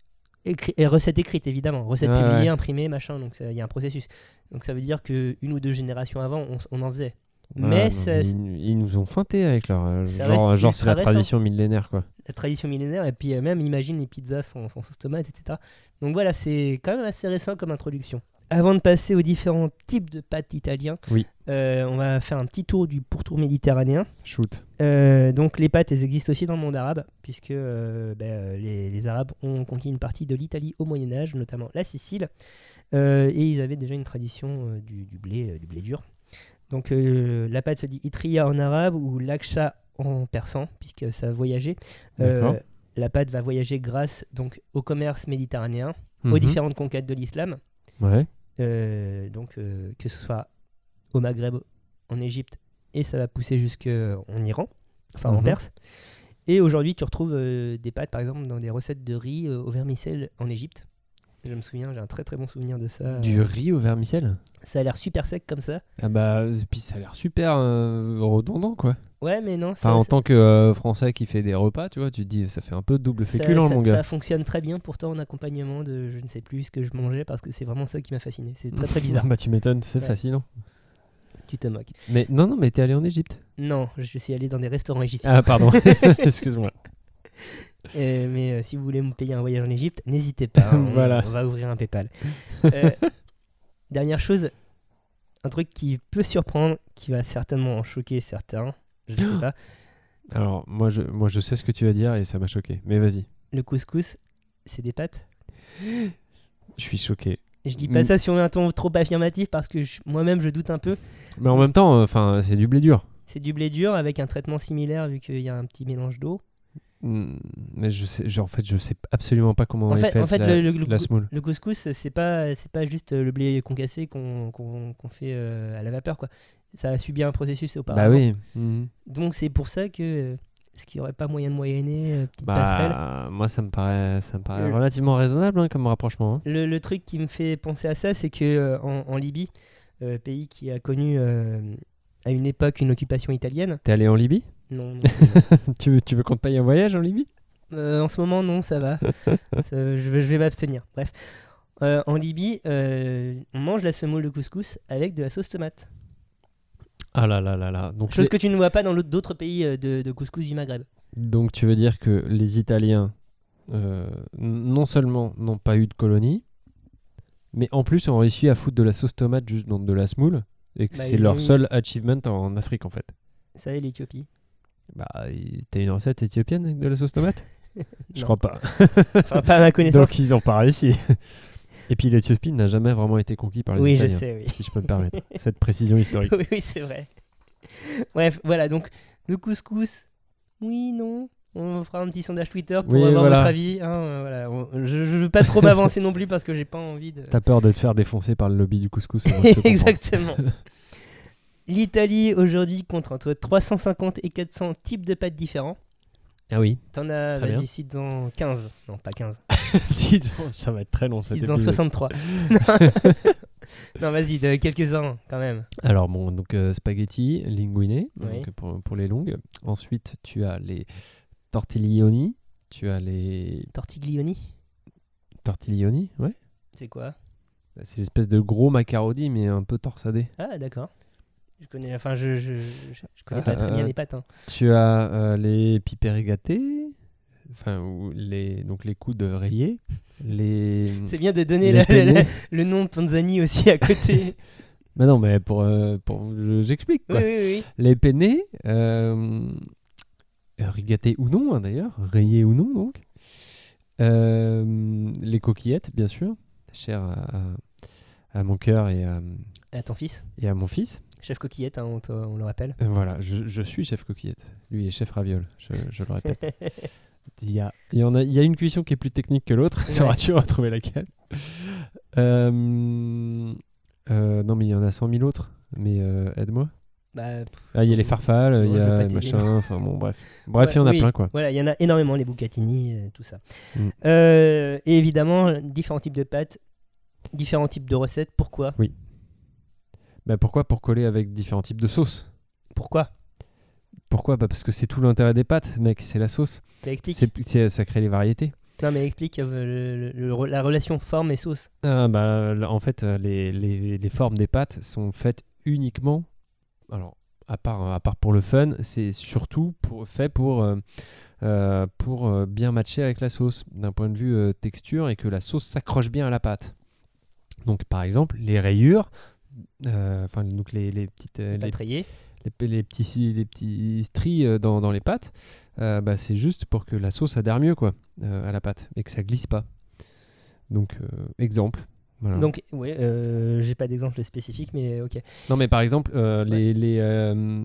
Speaker 2: Écri- et recette écrite, évidemment, recette
Speaker 1: Ouais,
Speaker 2: publiée,
Speaker 1: ouais.
Speaker 2: imprimée, machin, donc ça- il y a un processus. Donc ça veut dire qu'une ou deux générations avant, on, s- on en faisait. Mais
Speaker 1: Ouais,
Speaker 2: ça-
Speaker 1: non, Ah, ils, ils nous ont feinté avec leur. euh,
Speaker 2: Ça
Speaker 1: genre,
Speaker 2: reste
Speaker 1: genre c'est la
Speaker 2: ultra
Speaker 1: tradition millénaire, quoi.
Speaker 2: la tradition millénaire, et puis euh, même imagine les pizzas sans, sans sauce tomate, etc. Donc voilà, c'est quand même assez récent comme introduction. Avant de passer aux différents types de pâtes italiens,
Speaker 1: Oui.
Speaker 2: euh, on va faire un petit tour du pourtour méditerranéen.
Speaker 1: Shoot.
Speaker 2: Euh, donc les pâtes, elles existent aussi dans le monde arabe, puisque euh, ben, euh, les, les Arabes ont conquis une partie de l'Italie au Moyen Âge, notamment la Sicile, Euh, et ils avaient déjà une tradition euh, du, du blé, euh, du blé dur. Donc euh, la pâte se dit itria en arabe ou laksha en persan, puisque ça voyageait. Euh,
Speaker 1: D'accord.
Speaker 2: la pâte va voyager grâce donc au commerce méditerranéen, aux
Speaker 1: Mhm.
Speaker 2: différentes conquêtes de l'islam.
Speaker 1: Ouais.
Speaker 2: Euh, donc euh, que ce soit au Maghreb, en Égypte, et ça va pousser jusqu'en Iran, enfin en
Speaker 1: Mhm.
Speaker 2: Perse. Et aujourd'hui, tu retrouves euh, des pâtes, par exemple, dans des recettes de riz euh, au vermicelle en Égypte. Je me souviens, j'ai un très très bon souvenir de ça.
Speaker 1: Du riz au vermicelle
Speaker 2: Ça a l'air super sec comme ça.
Speaker 1: Ah bah, et puis ça a l'air super euh, redondant, quoi.
Speaker 2: Ouais, mais non, ça,
Speaker 1: Enfin, en
Speaker 2: ça-
Speaker 1: tant que euh, français qui fait des repas, tu vois, tu te dis, ça fait un peu double
Speaker 2: ça-
Speaker 1: féculent,
Speaker 2: ça-
Speaker 1: mon gars.
Speaker 2: ça fonctionne très bien pourtant en accompagnement de je ne sais plus ce que je mangeais parce que c'est vraiment ça qui m'a fasciné. C'est très très bizarre.
Speaker 1: bah, tu m'étonnes, c'est
Speaker 2: Ouais.
Speaker 1: fascinant.
Speaker 2: tu te moques.
Speaker 1: Mais non, non, mais t'es allé en Égypte.
Speaker 2: Non, je suis allé dans des restaurants égyptiens.
Speaker 1: Ah, pardon, excuse-moi.
Speaker 2: Euh, mais euh, si vous voulez me payer un voyage en Égypte, n'hésitez pas. On,
Speaker 1: Voilà.
Speaker 2: on va ouvrir un PayPal. Euh, dernière chose, un truc qui peut surprendre, qui va certainement en choquer certains. Je ne sais pas.
Speaker 1: Alors, moi je, moi, je sais ce que tu vas dire et ça m'a choqué. Mais vas-y.
Speaker 2: Le couscous, c'est des pâtes.
Speaker 1: Je suis choqué.
Speaker 2: Je dis pas
Speaker 1: Mm.
Speaker 2: ça sur un ton trop affirmatif parce que je- moi-même je doute un peu.
Speaker 1: Mais en même temps, euh, enfin, c'est du blé dur.
Speaker 2: C'est du blé dur avec un traitement similaire vu qu'il y a un petit mélange d'eau.
Speaker 1: Mm, Mais je sais, je- en fait, je sais absolument pas comment
Speaker 2: En
Speaker 1: on est
Speaker 2: fait- en fait,
Speaker 1: la,
Speaker 2: le- le- le
Speaker 1: la
Speaker 2: goût-
Speaker 1: semoule.
Speaker 2: Le couscous, c'est pas c'est pas juste le blé concassé qu'on qu'on- qu'on fait euh, à la vapeur quoi. Ça a subi un processus auparavant.
Speaker 1: Bah oui. Mhm.
Speaker 2: Donc c'est pour ça que euh, est-ce qu'il n'y aurait pas moyen de moyenner euh, petite passerelle Mm.
Speaker 1: Bah, moi, ça me paraît, ça me paraît
Speaker 2: Le-
Speaker 1: relativement raisonnable hein, comme rapprochement. hein.
Speaker 2: le, le truc qui me fait penser à ça, c'est que euh, en, en Libye, euh, pays qui a connu euh, à une époque une occupation italienne,
Speaker 1: T'es allé en Libye
Speaker 2: non, non.
Speaker 1: tu veux, tu veux qu'on te paye un voyage en Libye
Speaker 2: Euh, en ce moment non, ça va, Ça, je, vais- je vais m'abstenir. Bref, Euh, en Libye, euh, on mange la semoule de couscous avec de la sauce tomate.
Speaker 1: Ah là là là là. Donc,
Speaker 2: Chose
Speaker 1: les-
Speaker 2: que tu ne vois pas dans l'autre- d'autres pays euh, de, de couscous du Maghreb.
Speaker 1: donc tu veux dire que les Italiens, euh, n- non seulement n'ont pas eu de colonie, mais en plus ont réussi à foutre de la sauce tomate juste dans de la semoule, et que
Speaker 2: Bah,
Speaker 1: c'est
Speaker 2: ils
Speaker 1: leur
Speaker 2: ont eu-
Speaker 1: seul achievement en, en Afrique en fait.
Speaker 2: Ça et l'Éthiopie.
Speaker 1: Bah, il- t'as une recette éthiopienne avec de la sauce tomate Je crois pas.
Speaker 2: Enfin, pas à ma connaissance.
Speaker 1: Donc ils ont pas réussi. Et puis l'Éthiopie n'a jamais vraiment été conquis par les
Speaker 2: oui, je
Speaker 1: Italiens.
Speaker 2: sais, oui.
Speaker 1: Si je peux me permettre cette précision historique.
Speaker 2: oui, oui, c'est vrai. Bref, voilà, donc le couscous, oui, non. On fera un petit sondage Twitter pour
Speaker 1: Oui,
Speaker 2: avoir
Speaker 1: voilà.
Speaker 2: votre avis. hein, euh, voilà, on- je, je veux pas trop m'avancer non plus parce que j'ai pas envie de.
Speaker 1: T'as peur de te faire défoncer par le lobby du couscous. moi, je te comprends.
Speaker 2: Exactement. L'Italie aujourd'hui compte entre 350 et 400 types de pâtes différents.
Speaker 1: Ah oui.
Speaker 2: T'en as,
Speaker 1: Très bien.
Speaker 2: vas-y, cites-en 15. Non, pas 15.
Speaker 1: Si, ça va être très long cet
Speaker 2: Cites-en
Speaker 1: épisode.
Speaker 2: 63. non, vas-y, de quelques-uns quand même.
Speaker 1: Alors bon, donc euh, spaghetti, linguine,
Speaker 2: Oui.
Speaker 1: donc, euh, pour, pour les longues. Ensuite, tu as les tortiglioni. Tu as les
Speaker 2: Tortiglioni,
Speaker 1: tortiglioni, ouais.
Speaker 2: c'est quoi
Speaker 1: C'est l'espèce de gros macaroni, mais un peu torsadé.
Speaker 2: Ah, d'accord. Je connais, enfin, je, je, je, je connais
Speaker 1: Ah,
Speaker 2: pas très
Speaker 1: ah,
Speaker 2: bien
Speaker 1: ah.
Speaker 2: les pâtes. hein.
Speaker 1: Tu as euh, les piperigate, enfin ou les donc les coudes rayés, les.
Speaker 2: C'est bien de donner
Speaker 1: les
Speaker 2: la- la- la-
Speaker 1: peignets.
Speaker 2: le nom de Panzani aussi à côté.
Speaker 1: Mais non, mais pour, euh, pour je- j'explique
Speaker 2: oui,
Speaker 1: quoi.
Speaker 2: oui, oui.
Speaker 1: Les pennés, euh, rigatés ou non hein, d'ailleurs, rayés ou non donc. Euh, les coquillettes, bien sûr, chères à, à- à mon cœur et à,
Speaker 2: À ton fils,
Speaker 1: et à mon Ah, fils.
Speaker 2: chef coquillette, hein, on, te- on le rappelle.
Speaker 1: Euh, voilà, je, je suis chef coquillette. Lui est chef raviole, je, je le répète. Il y, a, il, y en a, il y a une cuisson qui est plus technique que l'autre. Ça
Speaker 2: Ouais.
Speaker 1: va tu vas trouver laquelle. Euh, euh, non, mais il y en a 100 000 autres. Mais euh, aide-moi.
Speaker 2: Bah,
Speaker 1: Ah, il y a les farfales, il
Speaker 2: Non,
Speaker 1: y
Speaker 2: je vais
Speaker 1: a
Speaker 2: pas
Speaker 1: les
Speaker 2: t'aider.
Speaker 1: machins, enfin bon, bref. Bref, il y en a
Speaker 2: oui.
Speaker 1: plein, quoi.
Speaker 2: Voilà, il y en a énormément, les bucatini, euh, tout ça.
Speaker 1: Mm.
Speaker 2: Euh, et évidemment, différents types de pâtes, différents types de recettes. Pourquoi
Speaker 1: Bah, pourquoi Pour coller avec différents types de sauces.
Speaker 2: Pourquoi
Speaker 1: Pourquoi bah, Parce que c'est tout l'intérêt des pâtes, mec, c'est la sauce.
Speaker 2: T'as Explique.
Speaker 1: C'est, c'est- ça crée les variétés.
Speaker 2: Non, mais explique euh, le- le- le- la relation forme et sauce.
Speaker 1: Ah, bah, là, en fait, euh, les, les- les formes des pâtes sont faites uniquement. Alors, à part, à part pour le fun, c'est surtout pour, fait pour, euh, euh, pour euh, bien matcher avec la sauce, d'un point de vue euh, texture, et que la sauce s'accroche bien à la pâte. Donc, par exemple, les rayures, euh, enfin, donc les, les petites. euh, les-
Speaker 2: Pas trier.
Speaker 1: les, pe- les petits, si- les petits stries euh, dans, dans les pâtes, euh, bah, c'est juste pour que la sauce adhère mieux quoi, euh, à la pâte et que ça glisse pas. Donc, euh, exemple. Voilà.
Speaker 2: Donc, oui, euh, j'ai pas d'exemple spécifique, mais ok.
Speaker 1: non, mais par exemple, euh, les, les, euh, euh,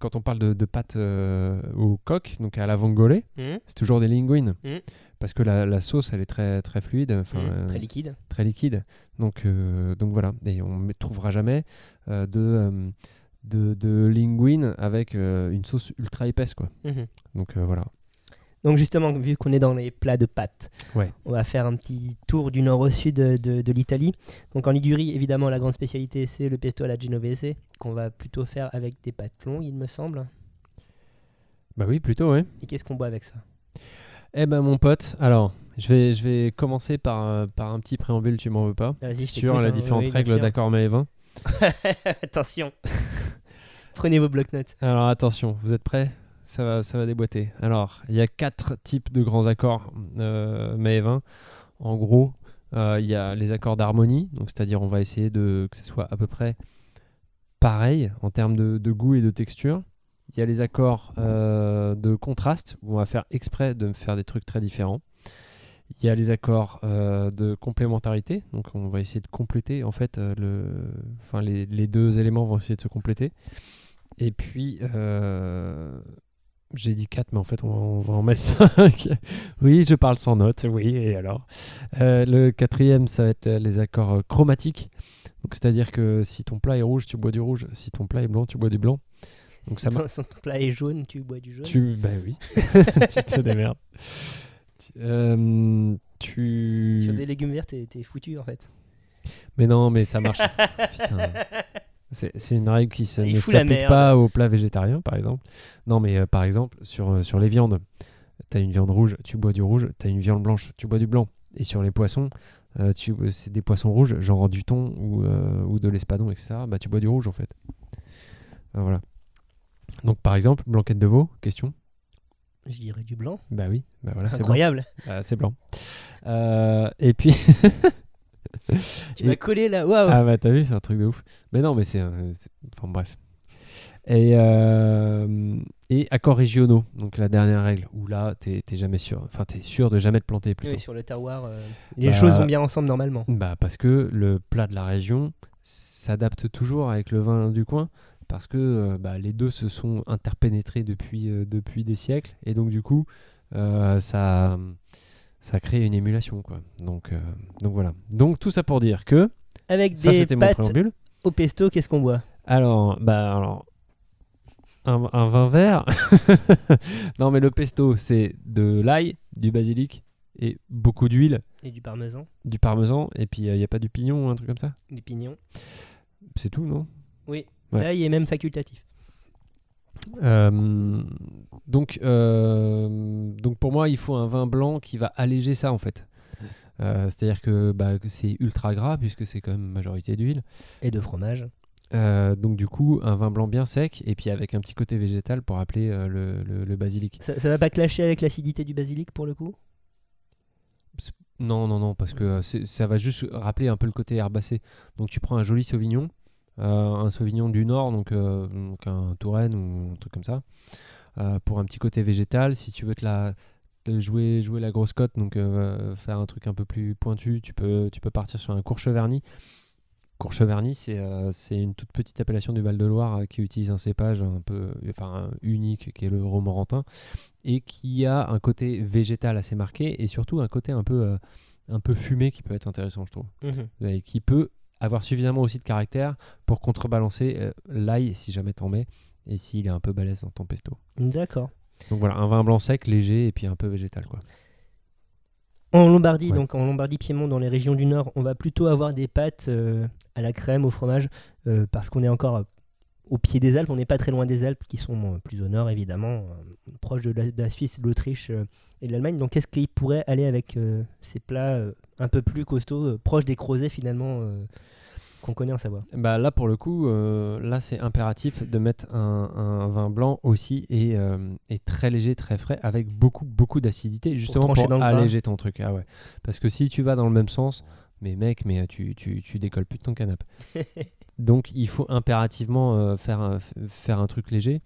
Speaker 1: quand on parle de, de pâtes euh, au coq, donc à la vongole,
Speaker 2: Mm,
Speaker 1: c'est toujours des linguines.
Speaker 2: Mm.
Speaker 1: Parce que la, la sauce, elle est très, très fluide, enfin,
Speaker 2: mm,
Speaker 1: euh,
Speaker 2: Très liquide.
Speaker 1: très liquide. Donc, euh, donc voilà, et on ne trouvera jamais euh, de, euh, de, de linguine avec euh, une sauce ultra épaisse. quoi.
Speaker 2: Mhm.
Speaker 1: Donc euh, voilà.
Speaker 2: Donc justement, vu qu'on est dans les plats de pâtes,
Speaker 1: Ouais.
Speaker 2: on va faire un petit tour du nord au sud de, de- de l'Italie. Donc en Ligurie, évidemment, la grande spécialité, c'est le pesto alla genovese, qu'on va plutôt faire avec des pâtes longues, il me semble.
Speaker 1: Bah oui, plutôt, ouais.
Speaker 2: Et qu'est-ce qu'on boit avec ça
Speaker 1: Eh ben, mon pote, alors, je vais, je vais commencer par, euh, par un petit préambule, tu m'en veux pas
Speaker 2: Vas-y, je
Speaker 1: Sur
Speaker 2: t'écoute,
Speaker 1: les
Speaker 2: hein,
Speaker 1: différentes
Speaker 2: oui, bien
Speaker 1: règles
Speaker 2: sûr.
Speaker 1: d'accord mais 20.
Speaker 2: Attention Prenez vos bloc-notes.
Speaker 1: Alors attention, vous êtes prêts ça va, ça va déboîter. Alors, il y a quatre types de grands accords euh, mais 20. En gros, euh, il y a les accords d'harmonie, donc c'est-à-dire on va essayer de que ce soit à peu près pareil en termes de, de goût et de texture. Il y a les accords euh, de contraste où on va faire exprès de faire des trucs très différents. Il y a les accords euh, de complémentarité, donc on va essayer de compléter en fait euh, le, enfin les, les deux éléments vont essayer de se compléter. Et puis euh, j'ai dit 4 mais en fait on, va- on va en mettre 5. oui, je parle sans notes. Oui, et alors Euh, le quatrième ça va être euh, les accords euh, chromatiques. Donc c'est-à-dire que si ton plat est rouge, tu bois du rouge. Si ton plat est blanc, tu bois du blanc. Donc ça,
Speaker 2: Ton, son plat est jaune, tu bois du jaune.
Speaker 1: tu, bah oui, tu te démerdes. Tu- euh, tu.
Speaker 2: Sur des légumes verts, t'es t'es foutu en fait.
Speaker 1: Mais non, mais ça marche. Putain. C'est c'est une règle qui se-
Speaker 2: Il
Speaker 1: ne
Speaker 2: fout la
Speaker 1: s'applique
Speaker 2: merde.
Speaker 1: pas aux plats végétariens, par exemple. Non, mais euh, par exemple, sur, euh, sur les viandes, t'as une viande rouge, tu bois du rouge, t'as une viande blanche, tu bois du blanc. Et sur les poissons, euh, tu- euh, c'est des poissons rouges, genre du thon ou, euh, ou de l'espadon, etc. Bah, tu bois du rouge, en fait. Euh, Voilà. Donc par exemple, blanquette de veau, question.
Speaker 2: Je dirais du blanc.
Speaker 1: Bah oui, bah voilà, c'est blanc.
Speaker 2: Incroyable.
Speaker 1: Ah, c'est blanc. Euh, et puis,
Speaker 2: Tu m'as
Speaker 1: Et-
Speaker 2: collé là. Waouh.
Speaker 1: ah bah t'as vu, c'est un truc de ouf. Mais non, mais c'est, un- c'est- enfin bref. Et, euh, et accords régionaux, donc la dernière règle où là t'es t'es jamais sûr, enfin t'es sûr de jamais te planter plutôt.
Speaker 2: Oui, sur le terroir, euh, les
Speaker 1: Bah,
Speaker 2: choses vont bien ensemble normalement.
Speaker 1: Bah parce que le plat de la région s'adapte toujours avec le vin du coin parce que euh, bah, les deux se sont interpénétrés depuis, euh, depuis des siècles et donc du coup euh, ça, ça crée une émulation quoi. Donc, euh, donc voilà. Donc tout ça pour dire que
Speaker 2: Avec
Speaker 1: ça
Speaker 2: des
Speaker 1: c'était mon
Speaker 2: pâtes
Speaker 1: préambule.
Speaker 2: au pesto, qu'est-ce qu'on boit
Speaker 1: Alors, bah alors un, un vin vert. non mais le pesto c'est de l'ail, du basilic et beaucoup d'huile,
Speaker 2: Et du parmesan,
Speaker 1: du parmesan et puis il n'y a pas du pignon ou un truc comme ça.
Speaker 2: du pignon.
Speaker 1: C'est tout non
Speaker 2: Oui.
Speaker 1: Ouais.
Speaker 2: Là, il est même facultatif.
Speaker 1: Euh, donc, euh, donc pour moi, il faut un vin blanc qui va alléger ça en fait. Euh, C'est-à-dire que, bah, que c'est ultra gras puisque c'est quand même majorité d'huile.
Speaker 2: Et de fromage.
Speaker 1: Euh, donc du coup, un vin blanc bien sec et puis avec un petit côté végétal pour appeler euh, le, le- le basilic.
Speaker 2: Ça, ça va pas clasher avec l'acidité du basilic pour le coup
Speaker 1: Non, non, non, parce que euh, c'est- ça va juste rappeler un peu le côté herbacé. Donc tu prends un joli sauvignon, euh, un sauvignon du nord, donc, euh, donc un Touraine ou un truc comme ça, euh, pour un petit côté végétal. Si tu veux te la te jouer, jouer la grosse cote, donc euh, faire un truc un peu plus pointu, tu peux, tu peux partir sur un Courcheverny. Courcheverny, c'est euh, c'est une toute petite appellation du Val-de-Loire euh, qui utilise un cépage un peu, enfin unique, qui est le Romorantin, et qui a un côté végétal assez marqué et surtout un côté un peu, euh, un peu fumé qui peut être intéressant, je trouve et qui peut avoir suffisamment aussi de caractère pour contrebalancer euh, l'ail si jamais t'en mets et s'il est un peu balèze dans ton pesto.
Speaker 2: D'accord.
Speaker 1: Donc voilà, un vin blanc sec, léger et puis un peu végétal quoi.
Speaker 2: En Lombardie,
Speaker 1: Ouais.
Speaker 2: donc en Lombardie-Piémont, dans les régions du Nord, on va plutôt avoir des pâtes euh, à la crème, au fromage, euh, parce qu'on est encore euh, au pied des Alpes. On n'est pas très loin des Alpes, qui sont euh, plus au Nord, évidemment, euh, proche de la, de la Suisse, de l'Autriche euh, et de l'Allemagne. Donc, qu'est-ce qui pourrait aller avec euh, ces plats euh, un peu plus costauds, euh, proches des crozets, finalement, euh, qu'on connaît en Savoie
Speaker 1: Bah là pour le coup, euh, là c'est impératif de mettre un, un vin blanc aussi et, euh, et très léger, très frais, avec beaucoup beaucoup d'acidité justement
Speaker 2: trancher
Speaker 1: pour,
Speaker 2: dans le gras.
Speaker 1: alléger ton truc. Ah ouais. Parce que si tu vas dans le même sens, mais mec, mais euh, tu, tu, tu décolles plus de ton canapé. Donc il faut impérativement euh, faire, un, f- faire un truc léger.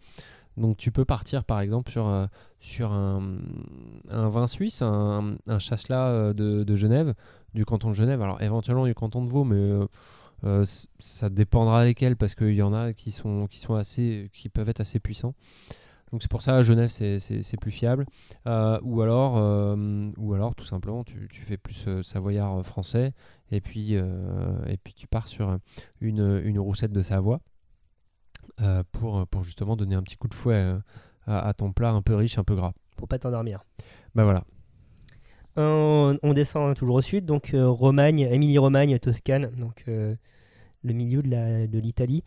Speaker 1: Donc tu peux partir par exemple sur, euh, sur un, un vin suisse, un, un chasselas euh, de, de Genève, du canton de Genève, alors éventuellement du canton de Vaud, mais euh, euh, c- ça dépendra lesquels parce qu'il y en a qui, sont, qui, sont assez, qui peuvent être assez puissants. Donc c'est pour ça, Genève c'est- c'est c'est plus fiable. Euh, ou, alors, euh, ou alors tout simplement tu, tu fais plus euh, savoyard euh, français et puis, euh, et puis tu pars sur une, une roussette de Savoie euh, pour, pour justement donner un petit coup de fouet euh, à, à ton plat un peu riche, un peu gras.
Speaker 2: Pour pas t'endormir.
Speaker 1: Bah voilà.
Speaker 2: Euh, On, on descend toujours au sud, donc euh, Romagne, Émilie-Romagne, Toscane, donc euh, le milieu de la- de l'Italie.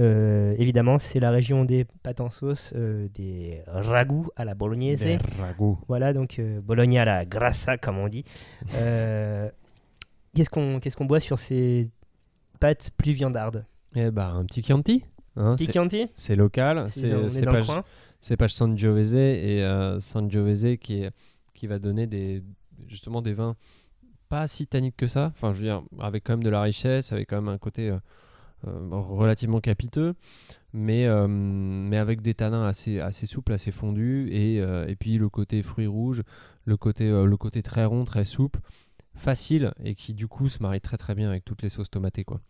Speaker 2: Euh, évidemment, c'est la région des pâtes en sauce, euh, des ragoûts à la bolognaise.
Speaker 1: Des ragoûts.
Speaker 2: Voilà, donc euh, Bologna à la grassa, comme on dit. Euh, Qu'est-ce qu'on qu'est-ce qu'on boit sur ces pâtes plus viandardes
Speaker 1: Eh bah un petit Chianti. hein, c'est-
Speaker 2: Piquanti
Speaker 1: c'est local,
Speaker 2: C'est- On
Speaker 1: c'est
Speaker 2: est
Speaker 1: c'est
Speaker 2: dans le
Speaker 1: pas,
Speaker 2: coin.
Speaker 1: c'est pas Sangiovese et euh, Sangiovese qui, est- qui va donner des, justement des vins pas si tanniques que ça, enfin je veux dire avec quand même de la richesse, avec quand même un côté euh, euh, relativement capiteux, mais, euh, mais avec des tanins assez, assez souples, assez fondus, et, euh, et puis le côté fruits rouges, le côté, euh, le côté très rond, très souple, facile, et qui du coup se marie très très bien avec toutes les sauces tomatées quoi.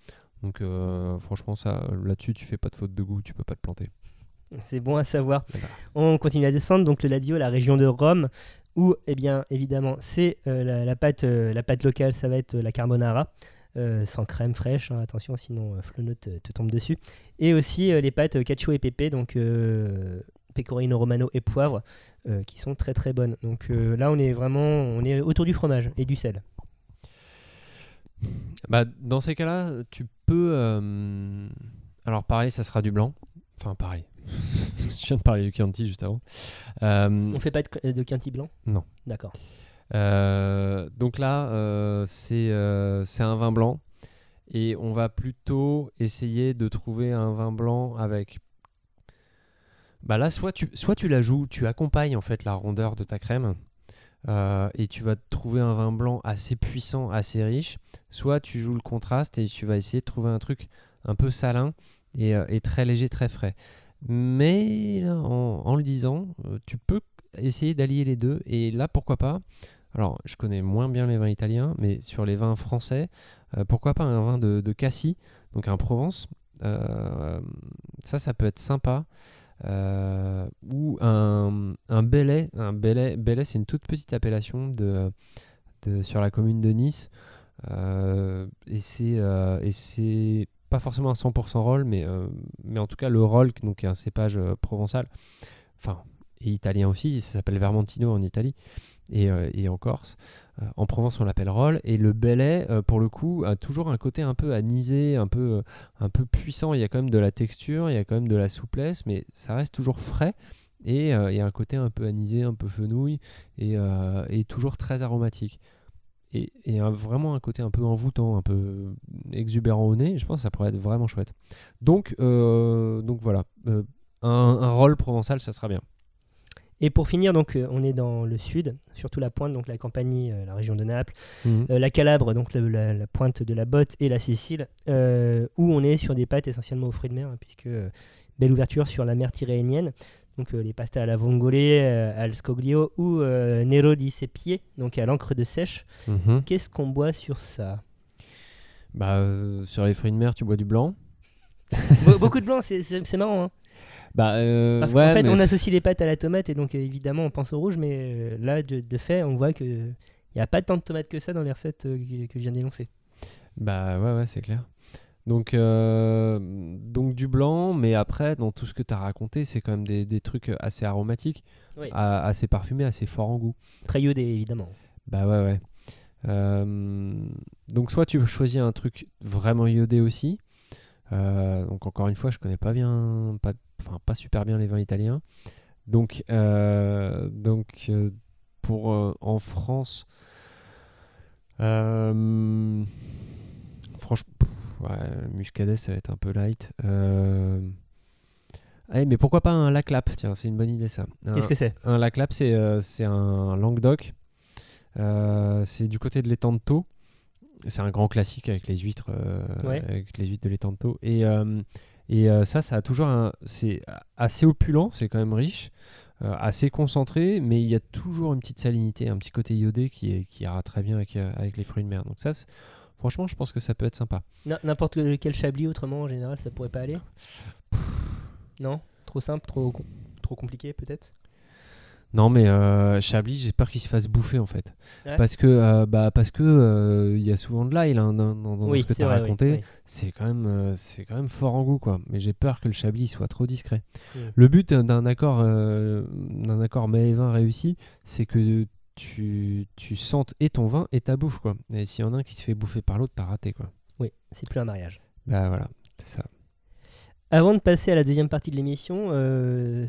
Speaker 1: Donc euh, franchement ça là-dessus tu fais pas de faute de goût, tu peux pas te planter.
Speaker 2: C'est bon à savoir.
Speaker 1: Voilà.
Speaker 2: On continue à descendre, donc le Ladio, la région de Rome, où, eh bien, évidemment, c'est euh, la, la pâte, euh, la pâte locale, ça va être euh, la carbonara, euh, sans crème fraîche, hein, attention, sinon euh, Flonot te, te tombe dessus. Et aussi euh, les pâtes euh, cacio et pépé, donc euh, pecorino romano et poivre, euh, qui sont très très bonnes. Donc euh, là, on est vraiment on est autour du fromage et du sel.
Speaker 1: Bah, dans ces cas-là, tu peux. euh, Alors, pareil, ça sera du blanc. Enfin, pareil. Je viens de parler du Chianti juste avant. Euh,
Speaker 2: On fait pas de, cl- de Chianti blanc
Speaker 1: Non.
Speaker 2: D'accord.
Speaker 1: euh, donc là, euh, c'est euh, c'est un vin blanc. Et on va plutôt essayer de trouver un vin blanc avec Bah là, soit tu, soit tu la joues, tu accompagnes en fait la rondeur de ta crème euh, et tu vas trouver un vin blanc assez puissant, assez riche. Soit tu joues le contraste et tu vas essayer de trouver un truc un peu salin et, euh, et très léger, très frais. Mais là, en, en le disant, euh, tu peux essayer d'allier les deux. Et là, pourquoi pas Alors, je connais moins bien les vins italiens, mais sur les vins français, euh, pourquoi pas un vin de, de Cassis, donc un Provence Euh, Ça, ça peut être sympa. Euh, ou un, un Belay. Un Belay, Belay, c'est une toute petite appellation de, de- sur la commune de Nice. Euh, et c'est euh, et c'est pas forcément un 100% rôle, mais, euh, mais en tout cas le rôle, donc est un cépage euh, provençal, enfin, et italien aussi, ça s'appelle Vermentino en Italie et, euh, et en Corse. Euh, en Provence, on l'appelle rôle. Et le Belay, euh, pour le coup, a toujours un côté un peu anisé, un peu, euh, un peu puissant. Il y a quand même de la texture, il y a quand même de la souplesse, mais ça reste toujours frais. Et euh, il y a un côté un peu anisé, un peu fenouil, et, euh, et toujours très aromatique et, et un- vraiment un côté un peu envoûtant, un peu exubérant au nez. Je pense que ça pourrait être vraiment chouette. Donc, euh, donc voilà, Euh, un, un rôle provençal, ça sera bien.
Speaker 2: Et pour finir, donc, euh, on est dans le sud, surtout la pointe, donc la Campanie, euh, la région de Naples, euh, la Calabre, donc le- la, la pointe de la Botte et la Sicile, euh, où on est sur des pâtes essentiellement aux fruits de mer, hein, puisque euh, belle ouverture sur la mer tyrrhénienne, donc euh, les pastas à la vongole, euh, al scoglio ou euh, Nero di Sepie, donc à l'encre de sèche.
Speaker 1: Mhm.
Speaker 2: Qu'est-ce qu'on boit sur ça
Speaker 1: Bah, euh, sur les fruits de mer, tu bois du blanc.
Speaker 2: Be- Beaucoup de blanc, c'est- c'est c'est marrant. hein.
Speaker 1: Bah, euh,
Speaker 2: Parce
Speaker 1: ouais,
Speaker 2: qu'en fait,
Speaker 1: mais
Speaker 2: on associe les pâtes à la tomate et donc euh, évidemment on pense au rouge, mais euh, là, de, de fait, on voit que il n'y a pas tant de tomates que ça dans les recettes euh, que, que je viens d'énoncer.
Speaker 1: Bah ouais, ouais, c'est clair. Donc, euh, donc du blanc, mais après, dans tout ce que tu as raconté, c'est quand même des, des trucs assez aromatiques,
Speaker 2: Oui.
Speaker 1: a- assez parfumés, assez forts en goût.
Speaker 2: Très iodé, évidemment.
Speaker 1: Bah ouais, ouais. Euh, donc, soit tu choisis un truc vraiment iodé aussi. Euh, donc, encore une fois, je connais pas bien, pas, enfin, pas super bien les vins italiens. Donc, euh, donc euh, pour euh, en France, euh, franchement, pff, ouais, Muscadet, ça va être un peu light. Euh, ouais, mais pourquoi pas un Laclap Tiens, c'est une bonne idée ça. Un-
Speaker 2: Qu'est-ce que c'est
Speaker 1: un lac lap, c'est euh, c'est un Languedoc. Euh, c'est du côté de l'étang de Thau. C'est un grand classique avec les huîtres, euh,
Speaker 2: Ouais.
Speaker 1: avec les huîtres de l'étang de Thau. Et, euh, et euh, ça, ça a toujours un. C'est assez opulent, c'est quand même riche, euh, assez concentré, mais il y a toujours une petite salinité, un petit côté iodé qui, est- qui ira très bien avec, euh, avec les fruits de mer. Donc ça, c'est- franchement, je pense que ça peut être sympa.
Speaker 2: N- N'importe quel chablis, autrement, en général, ça pourrait pas aller Non Trop simple, trop, com- trop compliqué, peut-être
Speaker 1: Non, mais euh, Chablis, j'ai peur qu'il se fasse bouffer en fait.
Speaker 2: Ouais.
Speaker 1: Parce que euh, bah, parce que euh, il y a souvent de l'ail hein, dans, dans- dans ce que
Speaker 2: c'est
Speaker 1: tu as
Speaker 2: vrai, oui,
Speaker 1: raconté.
Speaker 2: oui.
Speaker 1: C'est quand même euh, c'est quand même fort en goût quoi. Mais j'ai peur que le Chablis soit trop discret.
Speaker 2: Mm.
Speaker 1: Le but euh, d'un accord euh, d'un accord mets et vin réussi, c'est que tu, tu sentes et ton vin et ta bouffe quoi. Et s'il y en a un qui se fait bouffer par l'autre, t'as raté quoi.
Speaker 2: Oui, c'est plus un mariage.
Speaker 1: Bah voilà, c'est ça.
Speaker 2: Avant de passer à la deuxième partie de l'émission, euh,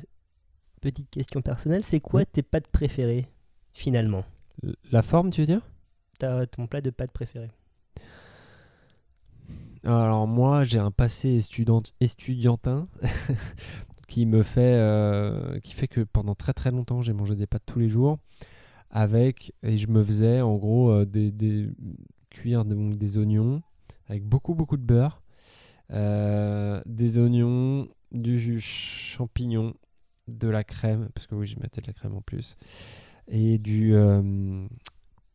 Speaker 2: petite question personnelle c'est quoi
Speaker 1: Oui.
Speaker 2: tes pâtes préférées, finalement
Speaker 1: L- La forme, tu veux dire
Speaker 2: T'as ton plat de pâtes préféré
Speaker 1: Alors moi, j'ai un passé étudant- étudiantin qui me fait, euh, qui fait que pendant très très longtemps, j'ai mangé des pâtes tous les jours avec et je me faisais en gros euh, des, des cuire des, donc des oignons avec beaucoup beaucoup de beurre, euh, des oignons, du jus champignon, de la crème parce que oui, je mettais de la crème en plus et du euh,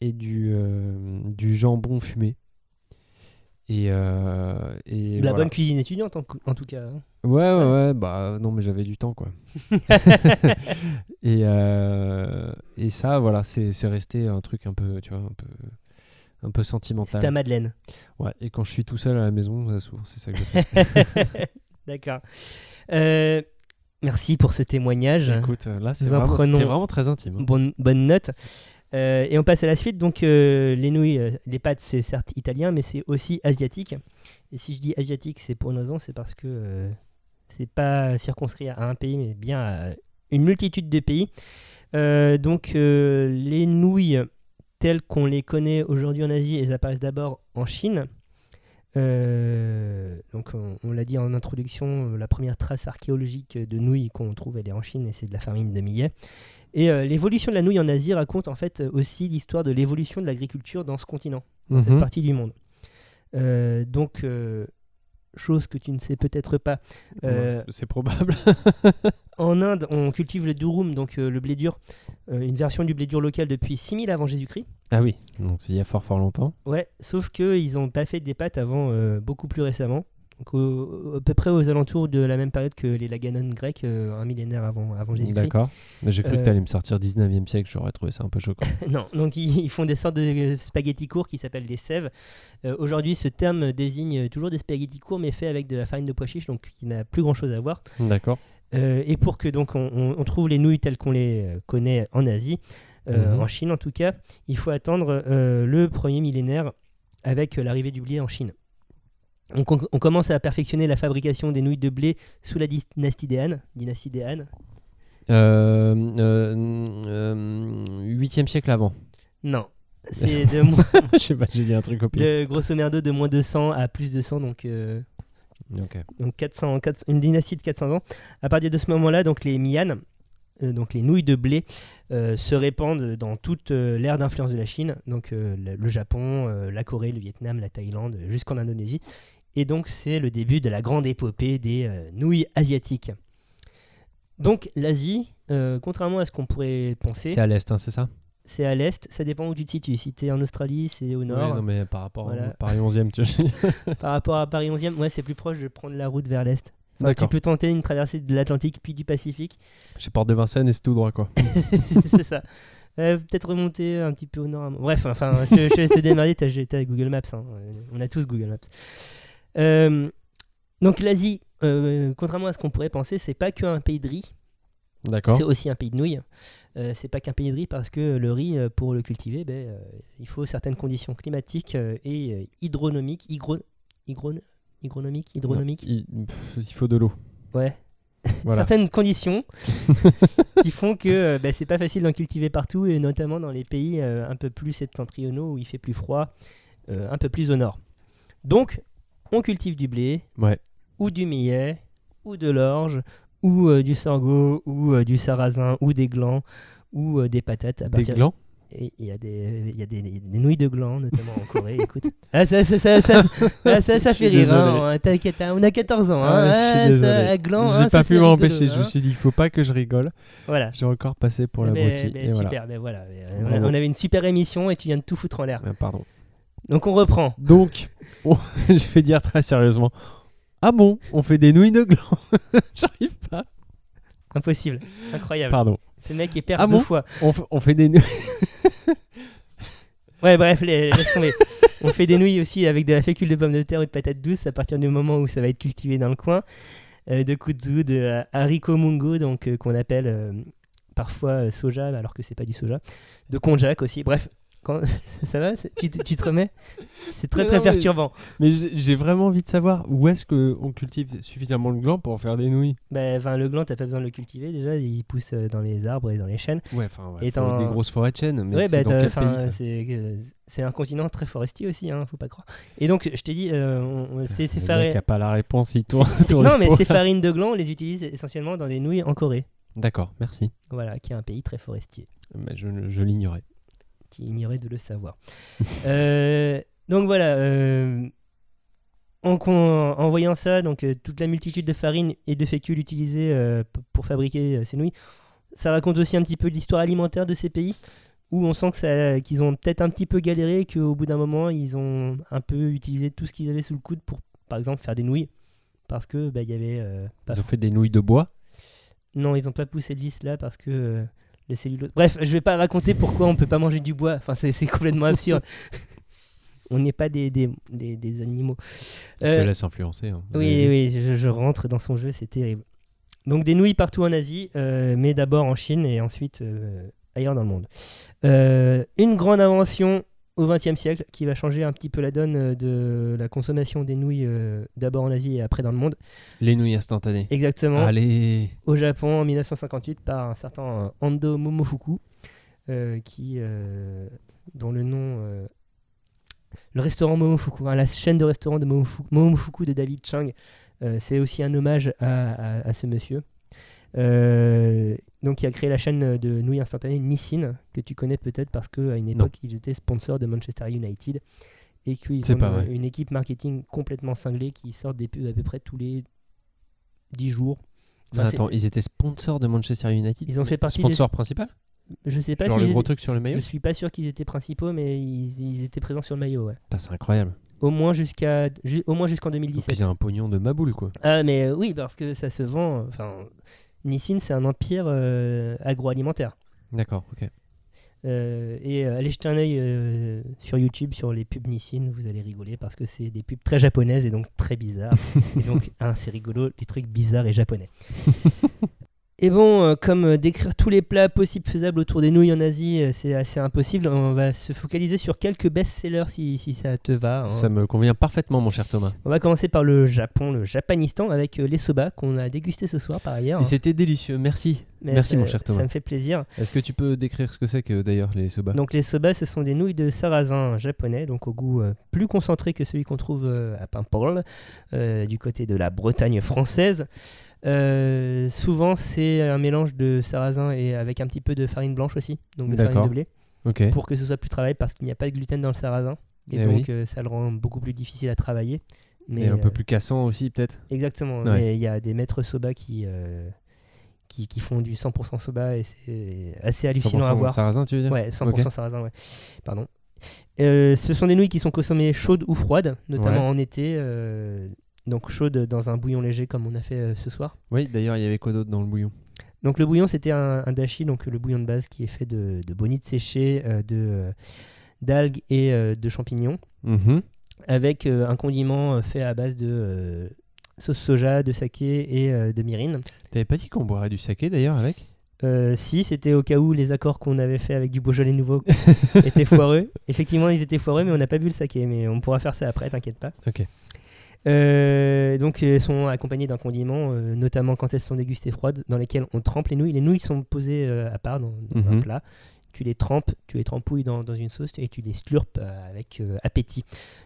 Speaker 1: et du euh, du jambon fumé. Et, euh, et
Speaker 2: De La
Speaker 1: voilà.
Speaker 2: bonne cuisine étudiante, en, cou- en tout cas. hein.
Speaker 1: Ouais, ouais, ouais, bah non, mais j'avais du temps, quoi. et, euh, et ça, voilà, c'est c'est resté un truc un peu, tu vois, un peu, un peu
Speaker 2: C'est ta
Speaker 1: sentimental.
Speaker 2: Madeleine.
Speaker 1: Ouais, et quand je suis tout seul à la maison, euh, souvent, c'est ça que je fais.
Speaker 2: D'accord. Euh, merci pour ce témoignage.
Speaker 1: Écoute, euh, là, c'est
Speaker 2: Nous en
Speaker 1: vraiment,
Speaker 2: prenons-
Speaker 1: c'était vraiment très intime. hein.
Speaker 2: Bonne, bonne note. Euh, et on passe à la suite. Donc, euh, les nouilles, euh, les pâtes, c'est certes italien, mais c'est aussi asiatique. Et si je dis asiatique, c'est pour une raison, c'est parce que euh, c'est pas circonscrit à un pays, mais bien à une multitude de pays. Euh, donc, euh, les nouilles telles qu'on les connaît aujourd'hui en Asie, elles apparaissent d'abord en Chine. Euh, donc on, on l'a dit en introduction, la première trace archéologique de nouilles qu'on trouve, elle est en Chine et c'est de la farine de millet. Et euh, l'évolution de la nouille en Asie raconte en fait euh, aussi l'histoire de l'évolution de l'agriculture dans ce continent, dans cette
Speaker 1: Mhm.
Speaker 2: partie du monde. Euh, donc, euh, chose que tu ne sais peut-être pas,
Speaker 1: Oh
Speaker 2: euh,
Speaker 1: C'est probable.
Speaker 2: en Inde, on cultive le durum, donc euh, le blé dur, euh, une version du blé dur local depuis 6000 avant Jésus-Christ.
Speaker 1: ah oui, donc c'est il y a fort fort longtemps.
Speaker 2: Ouais, sauf qu'ils n'ont pas fait des pâtes avant euh, beaucoup plus récemment. Donc, au- à peu près aux alentours de la même période que les laganones grecs, euh, un millénaire avant, avant Jésus-Christ.
Speaker 1: D'accord. Mais j'ai cru
Speaker 2: Euh,
Speaker 1: que t'allais me sortir 19e siècle, j'aurais trouvé ça un peu choquant.
Speaker 2: Non, donc ils, ils font des sortes de spaghettis courts qui s'appellent des sèves. Euh, Aujourd'hui, ce terme désigne toujours des spaghettis courts, mais faits avec de la farine de pois chiche, donc qui n'a plus grand-chose à voir.
Speaker 1: D'accord.
Speaker 2: Euh, et pour que donc on, on- on trouve les nouilles telles qu'on les euh, connaît en Asie, euh,
Speaker 1: Mhm.
Speaker 2: en Chine en tout cas, il faut attendre euh, le premier millénaire avec euh, l'arrivée du blé en Chine. On, com- on commence à perfectionner la fabrication des nouilles de blé sous la dynastie des Han. Dynastie des Han
Speaker 1: Euh, euh, euh, 8e siècle avant.
Speaker 2: Non, c'est de moins,
Speaker 1: Je sais pas, j'ai dit un truc au pire.
Speaker 2: de grosso merdo de moins 200 à plus 200, donc euh,
Speaker 1: Ok.
Speaker 2: donc 400, 400 une dynastie de 400 ans. À partir de ce moment-là, donc les mianes, euh, donc les nouilles de blé, euh, se répandent dans toute euh, l'ère d'influence de la Chine, donc euh, le, le Japon, euh, la Corée, le Vietnam, la Thaïlande, euh, jusqu'en Indonésie. Et donc c'est le début de la grande épopée des euh, nouilles asiatiques. Donc l'Asie, euh, contrairement à ce qu'on pourrait penser,
Speaker 1: C'est à l'est, hein, c'est ça
Speaker 2: c'est à l'est, ça dépend où tu te situes. Si tu es en Australie, c'est au
Speaker 1: Ouais,
Speaker 2: nord.
Speaker 1: non, mais par rapport
Speaker 2: Voilà.
Speaker 1: à Paris 11e, tu
Speaker 2: Par rapport à Paris 11e, ouais, c'est plus proche de prendre la route vers l'est. Enfin, tu
Speaker 1: D'accord.
Speaker 2: peux tenter une traversée de l'Atlantique puis du Pacifique.
Speaker 1: J'ai Porte de Vincennes et c'est tout droit, quoi.
Speaker 2: c'est ça. Euh, Peut-être remonter un petit peu au nord. Bref, enfin, je, je te laisse te démerder, t'as t'as Google Maps. hein. On a tous Google Maps. Euh, donc l'Asie, euh, contrairement à ce qu'on pourrait penser, c'est pas qu'un pays de riz,
Speaker 1: D'accord.
Speaker 2: c'est aussi un pays de nouilles. Euh, c'est pas qu'un pays de riz parce que le riz, euh, pour le cultiver, ben, euh, il faut certaines conditions climatiques euh, et euh, hydronomiques. Hygro... hygro- Hygronomiques Hydronomiques
Speaker 1: Non, Il, pff, il faut de l'eau.
Speaker 2: Ouais.
Speaker 1: Voilà.
Speaker 2: certaines conditions qui font que euh, bah, c'est pas facile d'en cultiver partout et notamment dans les pays euh, un peu plus septentrionaux où il fait plus froid, euh, un peu plus au nord. Donc, on cultive du blé
Speaker 1: Ouais.
Speaker 2: ou du millet ou de l'orge ou euh, du sorgho ou euh, du sarrasin ou des glands ou euh, des patates. À
Speaker 1: Des
Speaker 2: partir-
Speaker 1: glands
Speaker 2: et Il y a, des, il y a des, des nouilles de gland, notamment en Corée, écoute. Ah, ça, ça, ça, ça, ah, ça, ça
Speaker 1: Je suis
Speaker 2: fait rire. hein.
Speaker 1: désolé.
Speaker 2: On- T'inquiète, hein, on a 14 ans. hein.
Speaker 1: Ah, je suis
Speaker 2: Ah, ça,
Speaker 1: désolé.
Speaker 2: à gland,
Speaker 1: J'ai pas
Speaker 2: hein, ça
Speaker 1: pu
Speaker 2: fait
Speaker 1: m'empêcher,
Speaker 2: rigolo,
Speaker 1: je me
Speaker 2: hein.
Speaker 1: suis dit, il faut pas que je rigole.
Speaker 2: Voilà.
Speaker 1: J'ai encore passé pour
Speaker 2: Eh
Speaker 1: la
Speaker 2: ben,
Speaker 1: broutille.
Speaker 2: ben,
Speaker 1: Et
Speaker 2: super,
Speaker 1: voilà.
Speaker 2: ben voilà, ben,
Speaker 1: Bravo.
Speaker 2: on, a- on avait une super émission et tu viens de tout foutre en l'air.
Speaker 1: Ah, Pardon.
Speaker 2: Donc on reprend.
Speaker 1: Donc, on- je vais dire très sérieusement. Ah bon, on fait des nouilles de gland J'arrive pas.
Speaker 2: Ah Impossible. Incroyable.
Speaker 1: Pardon.
Speaker 2: Ce mec est perdu
Speaker 1: Ah
Speaker 2: deux
Speaker 1: bon
Speaker 2: fois.
Speaker 1: On, f- on fait des nouilles.
Speaker 2: Ouais, bref, les- laisse tomber. on fait des nouilles aussi avec de la fécule de pommes de terre ou de patates douces à partir du moment où ça va être cultivé dans le coin. Euh, de kudzu, de euh, haricot mungo, donc euh, qu'on appelle euh, parfois euh, soja, alors que c'est pas du soja. De konjac aussi. Bref, quand- ça va c'est- tu, te- tu te remets C'est très
Speaker 1: Mais
Speaker 2: très
Speaker 1: non, mais-
Speaker 2: perturbant.
Speaker 1: Mais j'ai j'ai vraiment envie de savoir où est-ce qu'on cultive suffisamment de gland pour en faire des nouilles.
Speaker 2: Ben, enfin, le gland, t'as pas besoin de le cultiver déjà. Il pousse euh, dans les arbres et dans les chênes.
Speaker 1: Ouais, enfin, ouais,
Speaker 2: Et
Speaker 1: faut
Speaker 2: dans-
Speaker 1: des grosses forêts de chênes. Mais
Speaker 2: Ouais,
Speaker 1: c'est
Speaker 2: bah,
Speaker 1: dans
Speaker 2: t'as-
Speaker 1: quel
Speaker 2: enfin,
Speaker 1: pays ça
Speaker 2: c'est euh, c'est un continent très forestier aussi, hein, faut pas croire. Et donc, je t'ai dit, euh, on- on- c'est ces
Speaker 1: Le mec
Speaker 2: farines.
Speaker 1: a pas la réponse, il tourne. tourne
Speaker 2: Non,
Speaker 1: le
Speaker 2: mais
Speaker 1: pot.
Speaker 2: ces farines de gland, on les utilise essentiellement dans des nouilles en Corée,
Speaker 1: D'accord, merci.
Speaker 2: voilà, qui est un pays très forestier,
Speaker 1: Mais je je l'ignorais.
Speaker 2: qui ignorait de le savoir. Euh, donc voilà. euh, en, con- en voyant ça, donc euh, toute la multitude de farines et de fécules utilisées euh, p- pour fabriquer euh, ces nouilles, ça raconte aussi un petit peu l'histoire alimentaire de ces pays où on sent que ça- qu'ils ont peut-être un petit peu galéré et qu'au bout d'un moment, ils ont un peu utilisé tout ce qu'ils avaient sous le coude pour, par exemple, faire des nouilles. Parce que bah, il y avait. euh, pas-
Speaker 1: Ils ont fait des nouilles de bois.
Speaker 2: Non, ils n'ont pas poussé le vis là parce que euh, le cellulose. Bref, je vais pas raconter pourquoi on peut pas manger du bois. Enfin, c'est c'est complètement absurde. on n'est pas des, des, des- des animaux.
Speaker 1: Ils
Speaker 2: Euh,
Speaker 1: se laissent influencer. hein. Vous
Speaker 2: oui,
Speaker 1: avez vu
Speaker 2: oui, je, je rentre dans son jeu, c'est terrible. Donc des nouilles partout en Asie, euh, mais d'abord en Chine et ensuite euh, ailleurs dans le monde. Euh, une grande invention au XXe siècle qui va changer un petit peu la donne euh, de la consommation des nouilles euh, d'abord en Asie et après dans le monde.
Speaker 1: Les nouilles instantanées.
Speaker 2: Exactement
Speaker 1: Ah, Allez.
Speaker 2: au Japon en 1958 par un certain euh, Ando Momofuku, euh, qui, euh, dont le nom euh, le restaurant Momofuku, hein, la chaîne de restaurants de Momofu- Momofuku de David Chang. Euh, c'est aussi un hommage à, à- à ce monsieur. Euh, donc, il a créé la chaîne de nouilles instantanées Nissin, que tu connais peut-être parce qu'à une
Speaker 1: Non.
Speaker 2: époque, il était sponsor de Manchester United et qu'ils
Speaker 1: C'est
Speaker 2: ont
Speaker 1: pas
Speaker 2: une,
Speaker 1: vrai.
Speaker 2: une équipe marketing complètement cinglée qui sort des pubs à peu près tous les 10 jours. Enfin,
Speaker 1: Enfin,
Speaker 2: c'est-
Speaker 1: attends, ils étaient sponsors de Manchester United.
Speaker 2: Ils ont fait partie des-
Speaker 1: Sponsor principal
Speaker 2: Je sais pas
Speaker 1: Genre
Speaker 2: si
Speaker 1: le gros truc sur le maillot
Speaker 2: je suis pas sûr qu'ils étaient principaux, mais ils, ils étaient présents sur le maillot. ouais.
Speaker 1: Putain, C'est incroyable.
Speaker 2: Au moins jusqu'à ju- au moins jusqu'en
Speaker 1: Donc
Speaker 2: 2017.
Speaker 1: ils ont un pognon de maboule quoi.
Speaker 2: Ah mais euh, oui parce que ça se vend. Enfin, Nissin c'est un empire euh, agroalimentaire.
Speaker 1: D'accord, ok.
Speaker 2: Euh, et euh, allez jeter un œil euh, sur YouTube sur les pubs Nissin, vous allez rigoler parce que c'est des pubs très japonaises et donc très bizarres. et donc hein, c'est rigolo, les trucs bizarres et japonais. et bon, euh, comme euh, décrire tous les plats possibles faisables autour des nouilles en Asie, euh, c'est assez impossible. On va se focaliser sur quelques best-sellers si, si ça te va. hein.
Speaker 1: Ça me convient parfaitement, mon cher Thomas.
Speaker 2: On va commencer par le Japon, le Japanistan, avec euh, les soba qu'on a dégusté ce soir par ailleurs.
Speaker 1: Et
Speaker 2: hein.
Speaker 1: c'était délicieux, merci.
Speaker 2: Mais
Speaker 1: merci,
Speaker 2: ça-
Speaker 1: mon cher Thomas.
Speaker 2: Ça me fait plaisir.
Speaker 1: Est-ce que tu peux décrire ce que c'est que d'ailleurs les soba
Speaker 2: Donc les soba, ce sont des nouilles de sarrasin japonais, donc au goût euh, plus concentré que celui qu'on trouve euh, à Paimpol, euh, du côté de la Bretagne française. Euh, souvent, c'est un mélange de sarrasin et avec un petit peu de farine blanche aussi, donc de farine
Speaker 1: D'accord.
Speaker 2: de blé,
Speaker 1: Ok.
Speaker 2: pour que ce soit plus travaillé parce qu'il n'y a pas de gluten dans le sarrasin et
Speaker 1: Eh
Speaker 2: donc
Speaker 1: oui.
Speaker 2: euh, ça le rend beaucoup plus difficile à travailler. Mais
Speaker 1: Et un
Speaker 2: euh,
Speaker 1: peu plus cassant aussi peut-être.
Speaker 2: Exactement.
Speaker 1: Ouais.
Speaker 2: Mais il y a des maîtres soba qui, euh, qui, qui font du 100% soba et c'est assez hallucinant à
Speaker 1: 100%
Speaker 2: voir.
Speaker 1: Sarrasin, tu veux dire
Speaker 2: Ouais, 100%
Speaker 1: Ok.
Speaker 2: sarrasin, ouais. Pardon. Euh, ce sont des nouilles qui sont consommées chaudes ou froides, notamment
Speaker 1: Ouais.
Speaker 2: en été. euh, donc chaudes dans un bouillon léger comme on a fait euh, ce soir.
Speaker 1: Oui, d'ailleurs, il y avait quoi d'autre dans le bouillon
Speaker 2: Donc le bouillon, c'était un, un dashi, donc le bouillon de base qui est fait de, de bonites séchées, euh, de euh, d'algues et euh, de champignons.
Speaker 1: Mhm.
Speaker 2: avec euh, un condiment euh, fait à base de euh, sauce soja, de saké et euh, de mirin.
Speaker 1: T'avais pas dit qu'on boirait du saké d'ailleurs avec
Speaker 2: Euh, si, c'était au cas où les accords qu'on avait fait avec du Beaujolais nouveau étaient foireux. Effectivement, ils étaient foireux, mais on n'a pas bu le saké. Mais on pourra faire ça après, t'inquiète pas.
Speaker 1: Ok.
Speaker 2: Euh, donc, elles sont accompagnées d'un condiment, euh, notamment quand elles sont dégustées froides, dans lesquelles on trempe les nouilles. Les nouilles sont posées euh, à part dans, dans un
Speaker 1: Mhm.
Speaker 2: plat. Tu les trempes, tu les trempouilles dans, dans une sauce et tu les slurpes euh, avec euh, appétit.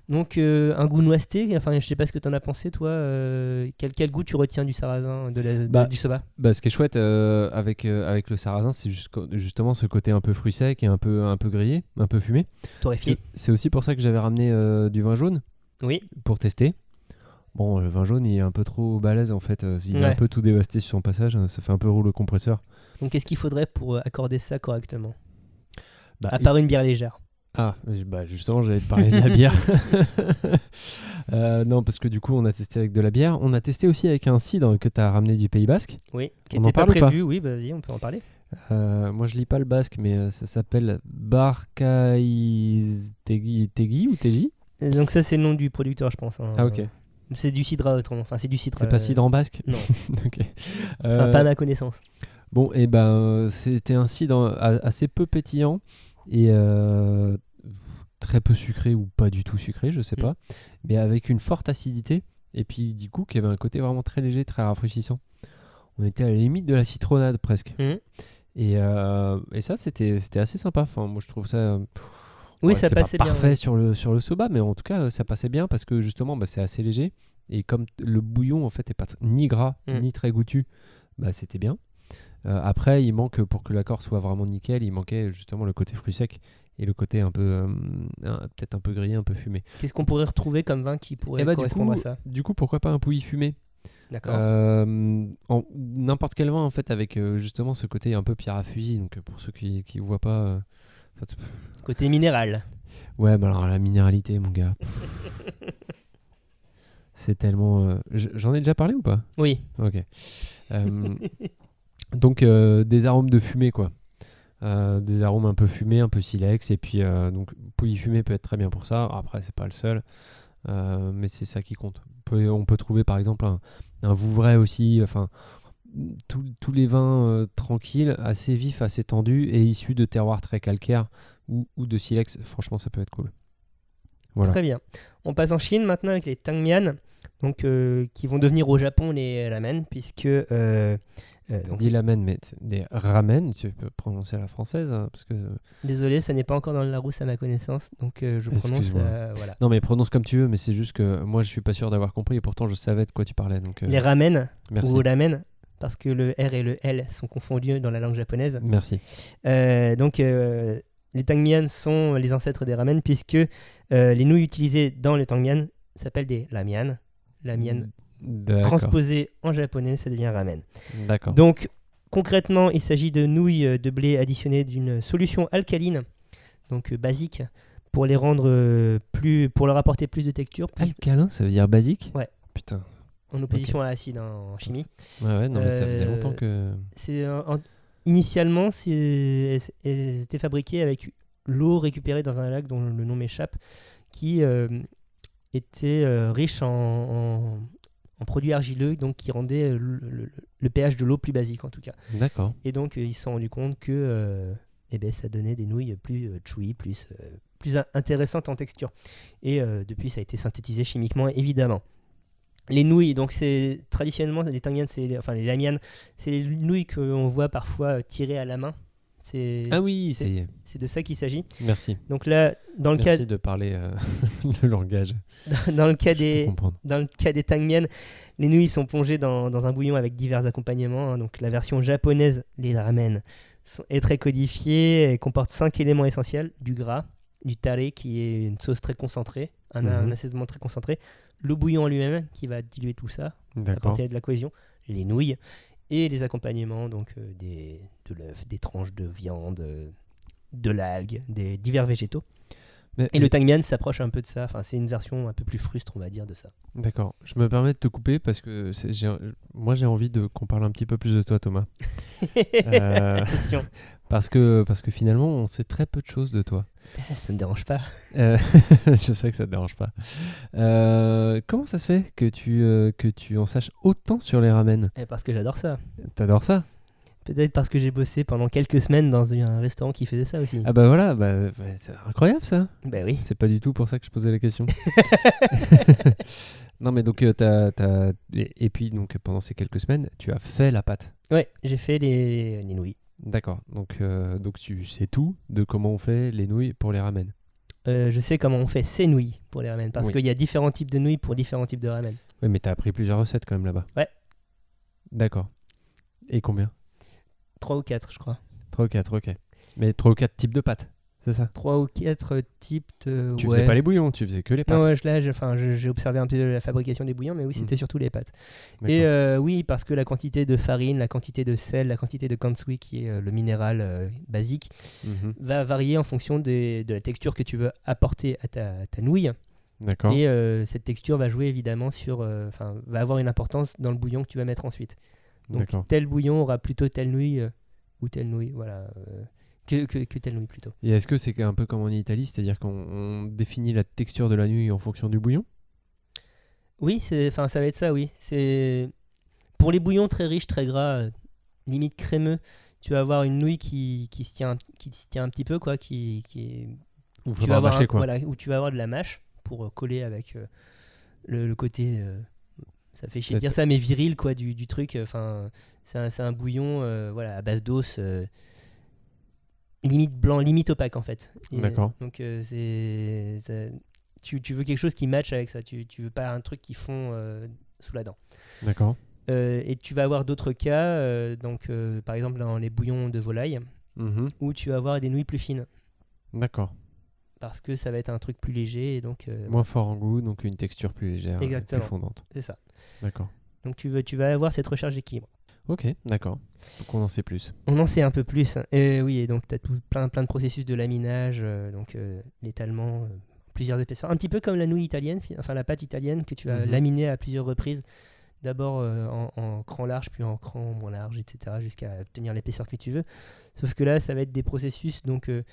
Speaker 2: Donc, euh, un goût noiseté. Enfin, je sais pas ce que t'en as pensé, toi. euh, quel, quel goût tu retiens du sarrasin, de la- de-
Speaker 1: Bah,
Speaker 2: du soba
Speaker 1: Bah, ce qui est chouette euh, avec, euh, avec le sarrasin, c'est jusqu'au- justement ce côté un peu fruit sec et un peu, un peu grillé, un peu fumé.
Speaker 2: Torréfié.
Speaker 1: C'est- C'est aussi pour ça que j'avais ramené euh, du vin jaune
Speaker 2: Oui.
Speaker 1: pour tester. Bon, le vin jaune, il est un peu trop balèze en fait. euh, Il est
Speaker 2: Ouais.
Speaker 1: un peu tout dévasté sur son passage. hein, Ça fait un peu rouleau compresseur.
Speaker 2: Donc, qu'est-ce qu'il faudrait pour euh, accorder ça correctement
Speaker 1: Bah,
Speaker 2: À part une bière légère.
Speaker 1: Ah, euh, bah justement, j'allais te parler de la bière. Euh, non, parce que du coup, on a testé avec de la bière. On a testé aussi avec un cidre que tu as ramené du Pays Basque.
Speaker 2: Oui, qui
Speaker 1: On en
Speaker 2: n'était pas
Speaker 1: parle ou pas
Speaker 2: prévu. Oui, bah, vas-y, on peut en parler.
Speaker 1: Euh, moi, je lis pas le basque, mais euh, ça s'appelle Barkaiztegi Tegi ou Teji
Speaker 2: Et Euh, Donc, ça, c'est le nom du producteur, je pense. hein.
Speaker 1: Ah, ok.
Speaker 2: C'est du cidra, autrement. Enfin, c'est du cidre.
Speaker 1: C'est
Speaker 2: euh,
Speaker 1: pas cidre en basque
Speaker 2: Non,
Speaker 1: Ok.
Speaker 2: enfin,
Speaker 1: Euh,
Speaker 2: pas à ma connaissance.
Speaker 1: Bon, et ben, euh, c'était un cidre a- assez peu pétillant et euh, très peu sucré ou pas du tout sucré, je sais
Speaker 2: Mm.
Speaker 1: pas, mais avec une forte acidité et puis du coup qui avait un côté vraiment très léger, très rafraîchissant. On était à la limite de la citronnade presque.
Speaker 2: Mhm.
Speaker 1: Et, euh, et ça, c'était c'était assez sympa. Enfin, moi, je trouve ça. euh,
Speaker 2: Oui,
Speaker 1: ouais,
Speaker 2: ça
Speaker 1: c'était pas
Speaker 2: passait bien.
Speaker 1: parfait sur le sur le soba, mais en tout cas, euh, ça passait bien parce que justement, bah, c'est assez léger et comme t- le bouillon en fait est pas tr- ni gras
Speaker 2: Mm.
Speaker 1: ni très goûtu, bah c'était bien. Euh, après, il manque pour que l'accord soit vraiment nickel, il manquait justement le côté fruit sec et le côté un peu euh, un- peut-être un peu grillé, un peu fumé.
Speaker 2: Qu'est-ce qu'on pourrait retrouver comme vin qui pourrait
Speaker 1: Eh bah, du
Speaker 2: correspondre
Speaker 1: coup-
Speaker 2: à ça
Speaker 1: Du coup, pourquoi pas un pouilly fumé
Speaker 2: D'accord.
Speaker 1: Euh, en- N'importe quel vin en fait avec euh, justement ce côté un peu pierre à fusil. Donc euh, pour ceux qui qui voient pas. euh, enfin, t-
Speaker 2: Côté minéral.
Speaker 1: Ouais, mais alors la minéralité, mon gars. pff. C'est tellement. euh, j- J'en ai déjà parlé ou pas
Speaker 2: Oui.
Speaker 1: Ok. Euh, donc, euh, des arômes de fumée, quoi. Euh, des arômes un peu fumés, un peu silex. Et puis, euh, donc, pouilly fumé peut être très bien pour ça. Après, c'est pas le seul. Euh, mais c'est ça qui compte. On peut, on peut trouver, par exemple, un, un vouvray aussi. Enfin, tous- tous les vins euh, tranquilles, assez vifs, assez tendus et issus de terroirs très calcaires ou, ou de silex. Franchement, ça peut être cool. Voilà.
Speaker 2: Très bien. On passe en Chine maintenant avec les tangmian, donc euh, qui vont devenir au Japon les ramen, puisque euh, euh, Euh,
Speaker 1: T'as
Speaker 2: donc,
Speaker 1: dit lamen, mais c'est des ramen, tu peux prononcer à la française, hein, parce que...
Speaker 2: désolé, ça n'est pas encore dans le Larousse à ma connaissance, donc euh, je prononce.
Speaker 1: Excuse-moi.
Speaker 2: euh, voilà.
Speaker 1: Non, mais prononce comme tu veux, mais c'est juste que moi, je suis pas sûr d'avoir compris, et pourtant, je savais de quoi tu parlais, donc euh,
Speaker 2: Les ramen
Speaker 1: merci.
Speaker 2: ou ramen, parce que le R et le L sont confondus dans la langue japonaise.
Speaker 1: Merci.
Speaker 2: Euh, donc, euh, les tangmian sont les ancêtres des ramen, puisque euh, les nouilles utilisées dans les tangmian s'appellent des lamian. Lamian
Speaker 1: D'accord.
Speaker 2: transposé en japonais, ça devient ramen.
Speaker 1: D'accord.
Speaker 2: Donc, concrètement, il s'agit de nouilles euh, de blé additionnées d'une solution alcaline, donc euh, basique, pour les rendre euh, plus, pour leur apporter plus de texture, plus-
Speaker 1: Alcalin, Ah, ça veut dire basique
Speaker 2: Ouais.
Speaker 1: Putain.
Speaker 2: en opposition à acide en chimie.
Speaker 1: Ouais, ouais, non, mais ça faisait
Speaker 2: Euh,
Speaker 1: longtemps que.
Speaker 2: C'est en- en- initialement, c'est- elles elles étaient fabriquées avec l'eau récupérée dans un lac dont le nom m'échappe, qui euh, était euh, riche en, en- en produits argileux, donc qui rendait euh, le- le- le pH de l'eau plus basique en tout cas.
Speaker 1: D'accord.
Speaker 2: Et donc, euh, ils se sont rendus compte que euh, eh ben, ça donnait des nouilles plus euh, chewy, plus, euh, plus in- intéressantes en texture. Et euh, depuis, ça a été synthétisé chimiquement, évidemment. Les nouilles, donc c'est traditionnellement, les tangianes, c'est, enfin les lamianes, c'est les nouilles qu'on voit parfois euh, tirées à la main. C'est,
Speaker 1: Ah oui, ça y est.
Speaker 2: c'est de ça qu'il s'agit.
Speaker 1: Merci.
Speaker 2: Donc là, dans le, cas,
Speaker 1: Merci de parler euh, le langage.
Speaker 2: dans le cas
Speaker 1: Je peux
Speaker 2: des,
Speaker 1: comprendre.
Speaker 2: dans le cas des tangmian, les nouilles sont plongées dans, dans un bouillon avec divers accompagnements. hein. Donc la version japonaise, les ramen, sont- est très codifiée et comporte cinq éléments essentiels du gras, du tare qui est une sauce très concentrée, un, un
Speaker 1: Mhm.
Speaker 2: assaisonnement très concentré, le bouillon en lui-même qui va diluer tout ça,
Speaker 1: D'accord.
Speaker 2: apporter de la cohésion, les nouilles et les accompagnements donc euh, des, de l'œuf, des tranches de viande, euh, de l'algue, des divers végétaux.
Speaker 1: Mais-
Speaker 2: Et le tangmian s'approche un peu de ça. Enfin, c'est une version un peu plus frustre, on va dire, de ça.
Speaker 1: D'accord. Je me permets de te couper parce que c'est- j'ai- moi, j'ai envie de qu'on parle un petit peu plus de toi, Thomas. Euh,
Speaker 2: Question.
Speaker 1: parce, que, parce que finalement, on sait très peu de choses de toi.
Speaker 2: Ah, Ça me dérange pas.
Speaker 1: Euh, je sais que ça te dérange pas. Euh, comment ça se fait que tu, euh, que tu en saches autant sur les ramen
Speaker 2: Eh, parce que j'adore ça.
Speaker 1: T'adores ça
Speaker 2: Peut-être parce que j'ai bossé pendant quelques semaines dans un restaurant qui faisait ça aussi.
Speaker 1: Ah bah voilà, bah, bah, c'est incroyable ça.
Speaker 2: Bah oui.
Speaker 1: C'est pas du tout pour ça que je posais la question. non mais donc euh, t'as- t'as- et, et puis donc pendant ces quelques semaines, tu as fait la pâte.
Speaker 2: Ouais, j'ai fait les, les nouilles.
Speaker 1: D'accord. Donc euh, donc tu sais tout de comment on fait les nouilles pour les ramen.
Speaker 2: Euh, je sais comment on fait ces nouilles pour les ramen. Parce
Speaker 1: Oui.
Speaker 2: qu'il y a différents types de nouilles pour différents types de ramen.
Speaker 1: Oui, mais t'as appris plusieurs recettes quand même là-bas.
Speaker 2: Ouais.
Speaker 1: D'accord. Et combien
Speaker 2: Trois ou quatre, je crois.
Speaker 1: 3 ou 4, OK. Mais 3 ou 4 types de pâtes, c'est ça
Speaker 2: Trois ou quatre types de.
Speaker 1: Tu
Speaker 2: ouais.
Speaker 1: faisais pas les bouillons, tu faisais que les pâtes. Hmm.
Speaker 2: Non, ouais, je- là, je- enfin, je- j'ai observé un peu la fabrication des bouillons, mais oui, c'était surtout les pâtes.
Speaker 1: D'accord.
Speaker 2: Et euh, oui, parce que la quantité de farine, la quantité de sel, la quantité de kansui, qui est euh, le minéral euh, basique,
Speaker 1: Mhm.
Speaker 2: va varier en fonction des- de la texture que tu veux apporter à ta, à ta nouille.
Speaker 1: D'accord.
Speaker 2: Et euh, cette texture va jouer évidemment sur. euh, Enfin, va avoir une importance dans le bouillon que tu vas mettre ensuite. Donc,
Speaker 1: D'accord.
Speaker 2: tel bouillon aura plutôt telle nouille euh, ou telle nouille, voilà. euh, que, que, que telle nouille plutôt.
Speaker 1: Et est-ce que c'est un peu comme en Italie, c'est-à-dire qu'on on définit la texture de la nouille en fonction du bouillon
Speaker 2: Oui, c'est- enfin, ça va être ça, oui. C'est. Pour les bouillons très riches, très gras, euh, limite crémeux, tu vas avoir une nouille qui, qui, se, tient, qui se tient un petit peu, quoi, qui, qui est
Speaker 1: Ou
Speaker 2: tu vas
Speaker 1: faudra
Speaker 2: avoir
Speaker 1: mâcher
Speaker 2: un-
Speaker 1: quoi
Speaker 2: voilà, où tu vas avoir de la mâche pour euh, coller avec euh, le, le côté euh, ça fait chier de
Speaker 1: Cette-
Speaker 2: dire ça mais viril quoi du, du truc euh, enfin c'est un, c'est un bouillon euh, voilà à base d'os euh, limite blanc limite opaque en fait Et,
Speaker 1: D'accord.
Speaker 2: donc euh, c'est ça- tu, tu veux quelque chose qui matche avec ça tu, tu veux pas un truc qui fond euh, sous la dent
Speaker 1: D'accord.
Speaker 2: Euh, et tu vas avoir d'autres cas euh, donc euh, par exemple dans les bouillons de volaille
Speaker 1: Mhm.
Speaker 2: où tu vas avoir des nouilles plus fines
Speaker 1: D'accord.
Speaker 2: parce que ça va être un truc plus léger et donc euh,
Speaker 1: Moins fort en goût, donc une texture plus légère, euh,
Speaker 2: Exactement.
Speaker 1: plus fondante.
Speaker 2: C'est ça.
Speaker 1: D'accord.
Speaker 2: Donc tu, veux, tu vas avoir cette recherche d'équilibre.
Speaker 1: Ok, d'accord. Donc on en sait plus.
Speaker 2: On en sait un peu plus. hein. Euh, oui, et donc tu as tout, plein, plein de processus de laminage, euh, donc euh, l'étalement, euh, plusieurs épaisseurs. Un petit peu comme la nouille italienne, fi- enfin la pâte italienne que tu vas
Speaker 1: Mhm.
Speaker 2: laminer à plusieurs reprises. D'abord euh, en, en cran large, puis en cran moins large, etc. jusqu'à obtenir l'épaisseur que tu veux. Sauf que là, ça va être des processus donc euh,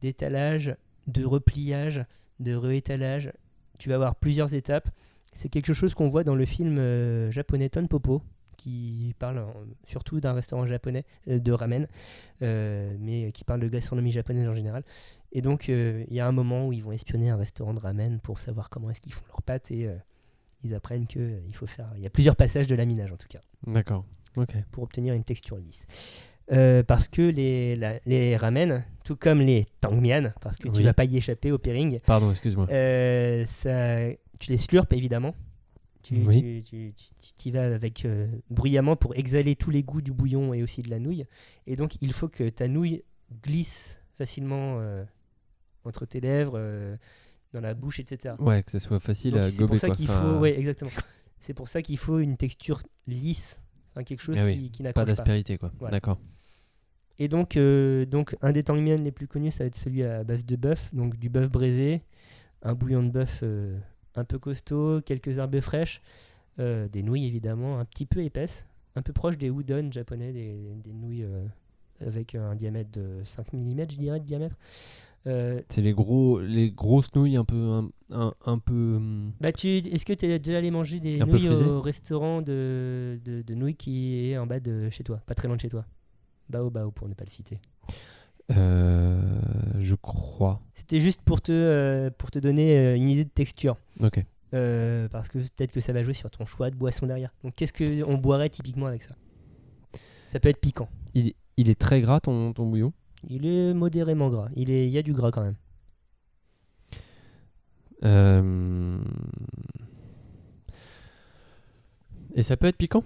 Speaker 2: d'étalage, de repliage, de réétalage. Tu vas avoir plusieurs étapes. C'est quelque chose qu'on voit dans le film euh, japonais Tonpopo, qui parle euh, surtout d'un restaurant japonais euh, de ramen, euh, mais qui parle de gastronomie japonaise en général. Et donc, euh, il y a un moment où ils vont espionner un restaurant de ramen pour savoir comment est-ce qu'ils font leurs pâtes et euh, ils apprennent que euh, il faut faire. Il y a plusieurs passages de laminage en tout cas.
Speaker 1: D'accord. Ok.
Speaker 2: pour obtenir une texture lisse. Euh, parce que les, la- les ramen, tout comme les tangmian, parce que tu
Speaker 1: Oui.
Speaker 2: vas pas y échapper au pairing,
Speaker 1: Pardon, excuse-moi.
Speaker 2: euh, ça, tu les slurpes évidemment. Tu,
Speaker 1: Oui.
Speaker 2: tu- tu- tu- tu y vas avec euh, bruyamment pour exhaler tous les goûts du bouillon et aussi de la nouille. Et donc il faut que ta nouille glisse facilement euh, entre tes lèvres, euh, dans la bouche, etc.
Speaker 1: Ouais, que ça soit facile
Speaker 2: Euh, Donc,
Speaker 1: à
Speaker 2: c'est
Speaker 1: gober
Speaker 2: pour ça
Speaker 1: quoi.
Speaker 2: qu'il
Speaker 1: Enfin, euh,
Speaker 2: faut, ouais, exactement. C'est pour ça qu'il faut une texture lisse, enfin, quelque chose
Speaker 1: Ah oui,
Speaker 2: qui, qui
Speaker 1: Pas
Speaker 2: n'accroche pas.
Speaker 1: d'aspérité quoi.
Speaker 2: Voilà.
Speaker 1: D'accord.
Speaker 2: Et donc, euh, donc un des tangmian les plus connus, ça va être celui à base de bœuf, donc du bœuf braisé, un bouillon de bœuf euh, un peu costaud, quelques herbes fraîches, euh, des nouilles évidemment, un petit peu épaisses, un peu proche des udon japonais, des, des nouilles euh, avec un diamètre de 5 mm, je dirais, de diamètre. Euh,
Speaker 1: C'est les gros, les grosses nouilles un peu, un, un- un peu. hum,
Speaker 2: Bah tu, est-ce que tu es déjà allé manger des
Speaker 1: Un peu
Speaker 2: nouilles
Speaker 1: frisé
Speaker 2: au restaurant de, de, de nouilles qui est en bas de chez toi, pas très loin de chez toi Bao Bao pour ne pas le citer.
Speaker 1: euh, je crois.
Speaker 2: C'était juste pour te, euh, pour te donner euh, une idée de texture.
Speaker 1: Ok.
Speaker 2: Euh, parce que peut-être que ça va jouer sur ton choix de boisson derrière. Donc qu'est-ce qu'on boirait typiquement avec ça Ça peut être piquant.
Speaker 1: Il, il est très gras ton, ton bouillon.
Speaker 2: Il est modérément gras. Il, est, il y a du gras quand même.
Speaker 1: Euh, Et ça peut être piquant.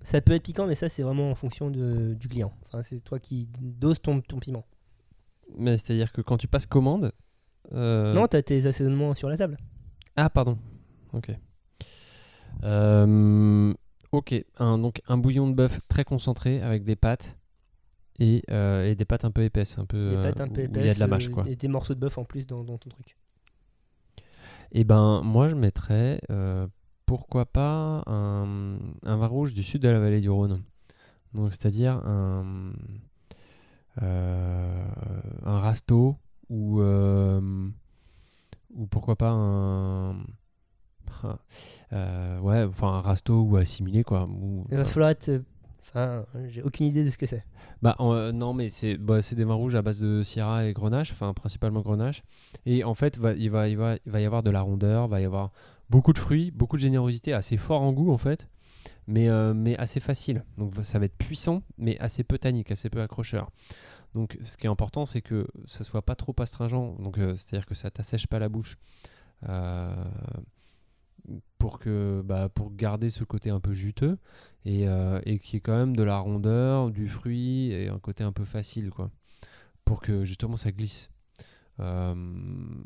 Speaker 2: Ça peut être piquant, mais ça c'est vraiment en fonction de, du client. Enfin, c'est toi qui doses ton, ton piment.
Speaker 1: Mais c'est-à-dire que quand tu passes commande. euh,
Speaker 2: Non, t'as tes assaisonnements sur la table.
Speaker 1: Ah, pardon. Ok. Euh, ok. Un, donc, un bouillon de bœuf très concentré avec des pâtes et, euh, et des pâtes un peu épaisses. Un peu,
Speaker 2: Des
Speaker 1: euh,
Speaker 2: pâtes un peu
Speaker 1: où- où
Speaker 2: épaisses.
Speaker 1: Il y a de la mâche,
Speaker 2: euh,
Speaker 1: quoi.
Speaker 2: Et des morceaux de bœuf en plus dans, dans ton truc.
Speaker 1: Et ben, moi, je mettrais, euh, pourquoi pas, un, un vin rouge du sud de la vallée du Rhône. Donc, c'est-à-dire un, euh, un rasto ou, euh, ou pourquoi pas un. Ah, euh, ouais, enfin un rasto ou assimilé quoi. ou-
Speaker 2: Il va falloir être. euh, Enfin, j'ai aucune idée de ce que c'est.
Speaker 1: bah, en- euh, non, mais c'est bah, c'est des vins rouges à base de Syrah et Grenache, enfin principalement Grenache. Et en fait, va- il, va, il, va, il va y avoir de la rondeur, va y avoir beaucoup de fruits, beaucoup de générosité, assez fort en goût en fait, mais, euh, mais assez facile. Donc va- ça va être puissant, mais assez peu tannique, assez peu accrocheur. Donc ce qui est important, c'est que ça soit pas trop astringent, donc euh, c'est-à-dire que ça t'assèche pas la bouche. Euh, pour que bah, pour garder ce côté un peu juteux et, euh, et qui est quand même de la rondeur, du fruit et un côté un peu facile, quoi, pour que justement ça glisse. Euh,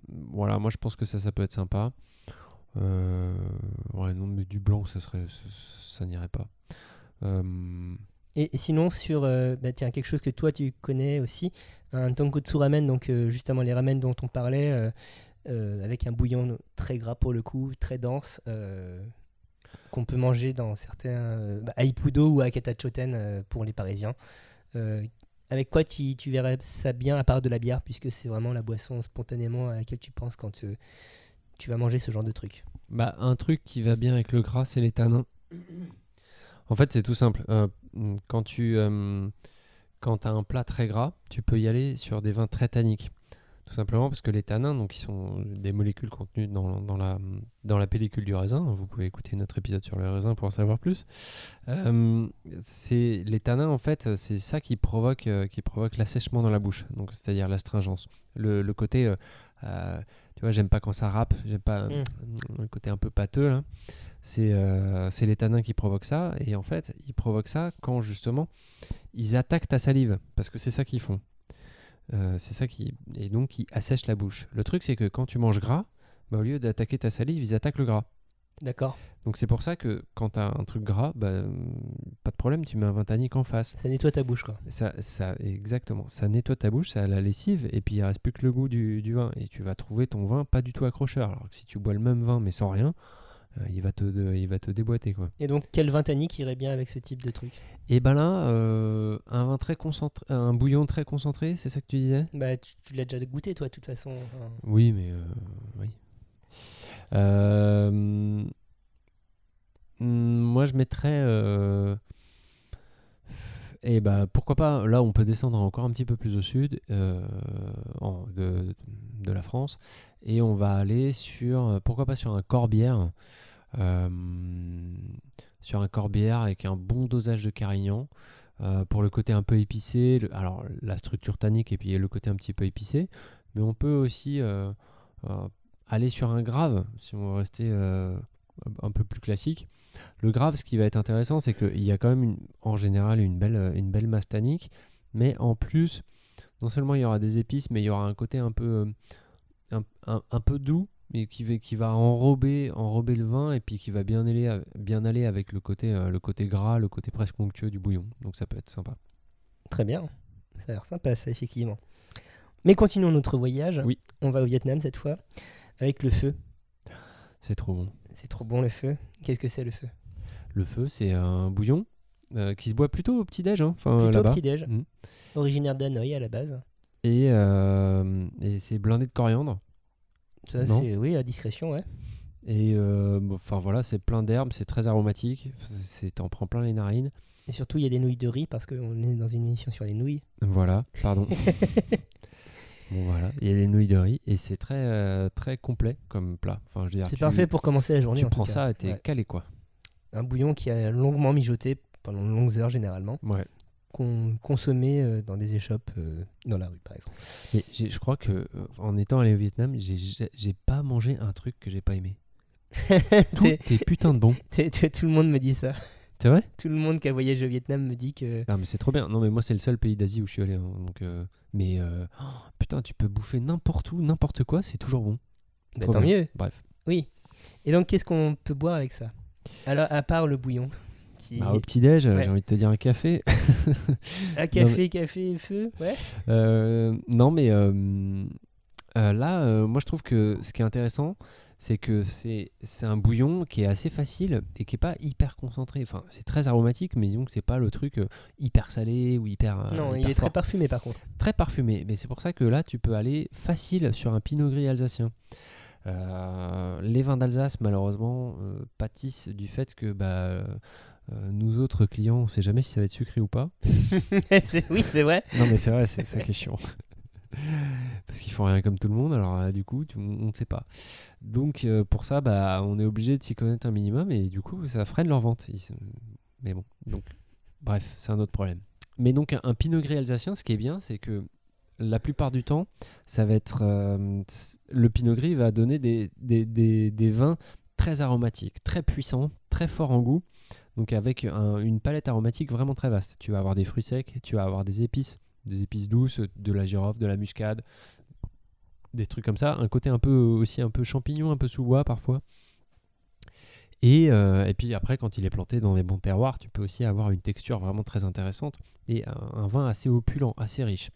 Speaker 1: voilà, moi je pense que ça, ça peut être sympa. Euh, ouais, non, mais du blanc, ça serait, ça, ça n'irait pas. Euh,
Speaker 2: Et, et sinon, sur. euh, bah, tiens, quelque chose que toi tu connais aussi. Un tonkotsu ramen, donc euh, justement les ramen dont on parlait, euh, euh, avec un bouillon très gras pour le coup, très dense, euh, qu'on peut manger dans certains. euh, bah, à Ippudo ou à Katachoten euh, pour les parisiens. Euh, avec quoi tu, tu verrais ça bien à part de la bière, puisque c'est vraiment la boisson spontanément à laquelle tu penses quand tu- tu vas manger ce genre de truc
Speaker 1: Bah, un truc qui va bien avec le gras, c'est les tanins. En fait, c'est tout simple. Euh, mm, quand tu euh, quand as un plat très gras, tu peux y aller sur des vins très tanniques. Tout simplement parce que les tanins, donc, ils sont des molécules contenues dans, dans la, dans la pellicule du raisin. Vous pouvez écouter notre épisode sur le raisin pour en savoir plus. Euh, c'est les tanins, en fait, c'est ça qui provoque, euh, qui provoque l'assèchement dans la bouche, donc c'est-à-dire l'astringence. Le, le côté, euh, euh, tu vois, j'aime pas quand ça râpe, j'aime pas euh,
Speaker 2: Mm.
Speaker 1: le côté un peu pâteux là. C'est euh, c'est les tanins qui provoquent ça, et en fait, ils provoquent ça quand justement ils attaquent ta salive, parce que c'est ça qu'ils font. Euh, c'est ça qui et donc ils assèchent la bouche. Le truc c'est que quand tu manges gras, bah, au lieu d'attaquer ta salive, ils attaquent le gras.
Speaker 2: D'accord,
Speaker 1: Donc c'est pour ça que quand t'as un truc gras, bah, euh, pas de problème, tu mets un vin tannique en face.
Speaker 2: ça nettoie ta bouche quoi.
Speaker 1: Ça, ça, exactement, ça nettoie ta bouche, ça a la lessive, et puis il reste plus que le goût du, du vin. Et tu vas trouver ton vin pas du tout accrocheur. Alors que si tu bois le même vin mais sans rien, euh, il, va te, de- il va te déboîter quoi.
Speaker 2: Et donc quel vin tannique irait bien avec ce type de truc
Speaker 1: Et ben là, euh, un vin très concentré, un bouillon très concentré, c'est ça que tu disais
Speaker 2: Bah tu, tu l'as déjà goûté toi de toute façon. enfin.
Speaker 1: Oui, mais euh, oui. Euh, mm, moi, je mettrais. euh, et bah, pourquoi pas. Là, on peut descendre encore un petit peu plus au sud euh, en- de, de la France, et on va aller sur. Pourquoi pas sur un Corbière. euh, sur un corbière avec un bon dosage de carignan. euh, pour le côté un peu épicé, le- alors la structure tannique et puis le côté un petit peu épicé, mais on peut aussi euh, euh, aller sur un grave, si on veut rester euh, un peu plus classique. Le grave, ce qui va être intéressant, c'est qu'il y a quand même une- en général une belle, euh, une belle masse tannique, mais en plus, non seulement il y aura des épices, mais il y aura un côté un peu, euh, un, un- un peu doux, mais qui va, qui va enrober, enrober le vin et puis qui va bien aller, av- bien aller avec le côté, euh, le côté gras, le côté presque onctueux du bouillon. Donc ça peut être sympa.
Speaker 2: Très bien. Ça a l'air sympa, ça, effectivement. Mais continuons notre voyage.
Speaker 1: Oui.
Speaker 2: On va au Vietnam cette fois, avec le feu.
Speaker 1: C'est trop bon.
Speaker 2: C'est trop bon le feu. Qu'est-ce que c'est le feu
Speaker 1: Le feu, c'est un bouillon euh, qui se boit plutôt au petit-déj, hein, enfin,
Speaker 2: Plutôt au
Speaker 1: là-bas.
Speaker 2: petit-déj.
Speaker 1: Mhm.
Speaker 2: Originaire d'Hanoï à la base.
Speaker 1: Et, euh, et c'est blindé de coriandre.
Speaker 2: Ça,
Speaker 1: Non.
Speaker 2: c'est, oui, à discrétion, ouais.
Speaker 1: Et euh, bon, enfin voilà, c'est plein d'herbes, c'est très aromatique, c'est t'en prends plein les narines.
Speaker 2: Et surtout, il y a des nouilles de riz parce qu'on est dans une émission sur les nouilles.
Speaker 1: Voilà, pardon. bon voilà, il y a des nouilles de riz et c'est très euh, très complet comme plat. Enfin je veux dire,
Speaker 2: c'est
Speaker 1: tu-
Speaker 2: parfait pour commencer la journée.
Speaker 1: Tu
Speaker 2: en tout
Speaker 1: prends
Speaker 2: cas.
Speaker 1: ça et t'es
Speaker 2: Ouais.
Speaker 1: calé quoi.
Speaker 2: Un bouillon qui a longuement mijoté pendant de longues heures généralement,
Speaker 1: Ouais.
Speaker 2: qu'on consommait euh, dans des échoppes euh, dans la rue par exemple.
Speaker 1: Mais j'ai- je crois que euh, en étant allé au Vietnam, j'ai- j'ai j'ai pas mangé un truc que j'ai pas aimé. Tout
Speaker 2: T'es-
Speaker 1: est putain de bon.
Speaker 2: t'es- t'es- tout le monde me dit ça.
Speaker 1: C'est vrai
Speaker 2: Tout le monde qui a voyagé au Vietnam me dit que
Speaker 1: Non mais c'est trop bien. Non mais moi c'est le seul pays d'Asie où je suis allé. hein, donc euh, mais euh, oh, putain tu peux bouffer n'importe où, n'importe quoi, c'est toujours bon.
Speaker 2: bah,
Speaker 1: Trop
Speaker 2: tant
Speaker 1: bien.
Speaker 2: mieux.
Speaker 1: Bref.
Speaker 2: Oui. Et donc, qu'est-ce qu'on peut boire avec ça Alors, à part le bouillon. Qui...
Speaker 1: Bah, au petit-déj,
Speaker 2: Ouais.
Speaker 1: j'ai envie de te dire un café.
Speaker 2: Ah, café, café, feu. Ouais.
Speaker 1: Euh, non, mais euh, euh, là, euh, moi je trouve que ce qui est intéressant, c'est que c'est c'est un bouillon qui est assez facile et qui est pas hyper concentré. Enfin, c'est très aromatique, mais disons que c'est pas le truc euh, hyper salé ou hyper. euh,
Speaker 2: non, il
Speaker 1: hyper
Speaker 2: est très
Speaker 1: fort.
Speaker 2: parfumé par contre.
Speaker 1: très parfumé. Mais c'est pour ça que là, tu peux aller facile sur un pinot gris alsacien. Euh, les vins d'Alsace, malheureusement, euh, pâtissent du fait que bah, euh, nous autres clients, on sait jamais si ça va être sucré ou pas.
Speaker 2: C'est- oui, c'est vrai.
Speaker 1: Non, mais c'est vrai, c'est ça qui est chiant. Parce qu'ils font rien comme tout le monde, alors euh, du coup, tu- on ne sait pas. Donc, euh, pour ça, bah, on est obligé de s'y connaître un minimum et du coup, ça freine leur vente. Ils se- Mais bon, donc, bref, c'est un autre problème. Mais donc, un, un pinot gris alsacien, ce qui est bien, c'est que la plupart du temps, ça va être. euh, s- le pinot gris va donner des, des, des- des vins très aromatiques, très puissants, très forts en goût. Donc, avec un- une palette aromatique vraiment très vaste. Tu vas avoir des fruits secs, tu vas avoir des épices des épices douces, de la girofle, de la muscade, des trucs comme ça. Un côté un peu aussi un peu champignon, un peu sous bois parfois. Et, euh, et puis après, quand il est planté dans les bons terroirs, tu peux aussi avoir une texture vraiment très intéressante et un, un vin assez opulent, assez riche.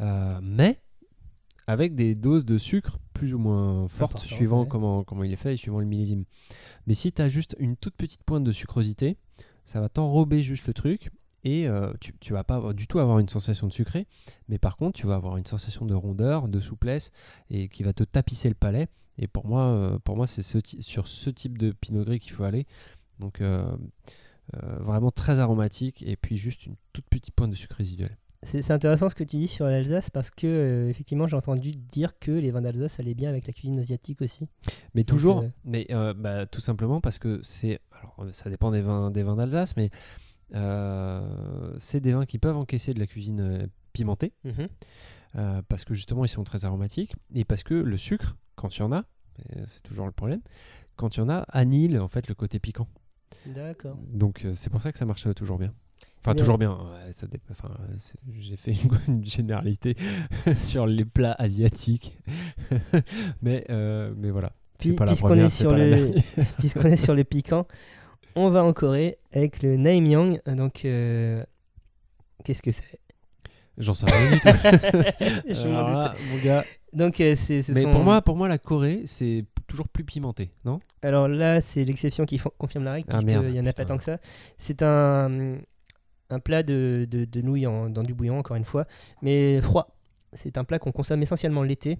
Speaker 1: Euh, mais avec des doses de sucre plus ou moins fortes,
Speaker 2: Importante,
Speaker 1: suivant
Speaker 2: ouais.
Speaker 1: comment, comment il est fait et suivant le millésime. Mais si tu as juste une toute petite pointe de sucrosité, ça va t'enrober juste le truc et euh, tu, tu vas pas avoir- du tout avoir une sensation de sucré, mais par contre, tu vas avoir une sensation de rondeur, de souplesse et qui va te tapisser le palais. Et pour moi, euh, pour moi c'est ce ti- sur ce type de pinot gris qu'il faut aller. Donc euh, euh, vraiment très aromatique et puis juste une toute petite pointe de sucre résiduel.
Speaker 2: C'est c'est intéressant ce que tu dis sur l'Alsace parce que, euh, effectivement, j'ai entendu dire que les vins d'Alsace allaient bien avec la cuisine asiatique aussi.
Speaker 1: Mais toujours,
Speaker 2: euh,
Speaker 1: mais euh, bah, tout simplement parce que c'est, alors euh, ça dépend des vins, des vins d'Alsace, mais euh, c'est des vins qui peuvent encaisser de la cuisine euh, pimentée.
Speaker 2: Mhm.
Speaker 1: Euh, parce que justement ils sont très aromatiques et parce que le sucre, quand il y en a, euh, c'est toujours le problème, quand il y en a, annihile en fait le côté piquant.
Speaker 2: D'accord.
Speaker 1: Donc euh, c'est pour ça que ça marche euh, toujours bien. Enfin,
Speaker 2: Bien.
Speaker 1: toujours bien. ouais, ça dé- enfin, euh, c'est- J'ai fait une, une généralité sur les plats asiatiques. mais, euh, mais voilà. C'est
Speaker 2: Puis-
Speaker 1: pas la
Speaker 2: puisqu'on
Speaker 1: première,
Speaker 2: est
Speaker 1: c'est
Speaker 2: sur
Speaker 1: pas la
Speaker 2: le-
Speaker 1: dernière.
Speaker 2: Puisqu'on est sur le piquant, on va en Corée avec le Naimyang. Donc, euh, qu'est-ce que c'est
Speaker 1: J'en sais rien du tout.
Speaker 2: Je m'en
Speaker 1: Alors
Speaker 2: doute.
Speaker 1: là, mon gars.
Speaker 2: Donc, euh, c'est, ce
Speaker 1: Mais
Speaker 2: sont-
Speaker 1: pour, moi, pour moi, la Corée, c'est toujours plus pimenté, non
Speaker 2: Alors là, c'est l'exception qui fo- confirme la règle,
Speaker 1: Ah,
Speaker 2: puisqu'il
Speaker 1: merde,
Speaker 2: n'y en a pas
Speaker 1: putain.
Speaker 2: tant que ça. C'est un, un plat de, de- de nouilles en- dans du bouillon, encore une fois, mais froid. C'est un plat qu'on consomme essentiellement l'été,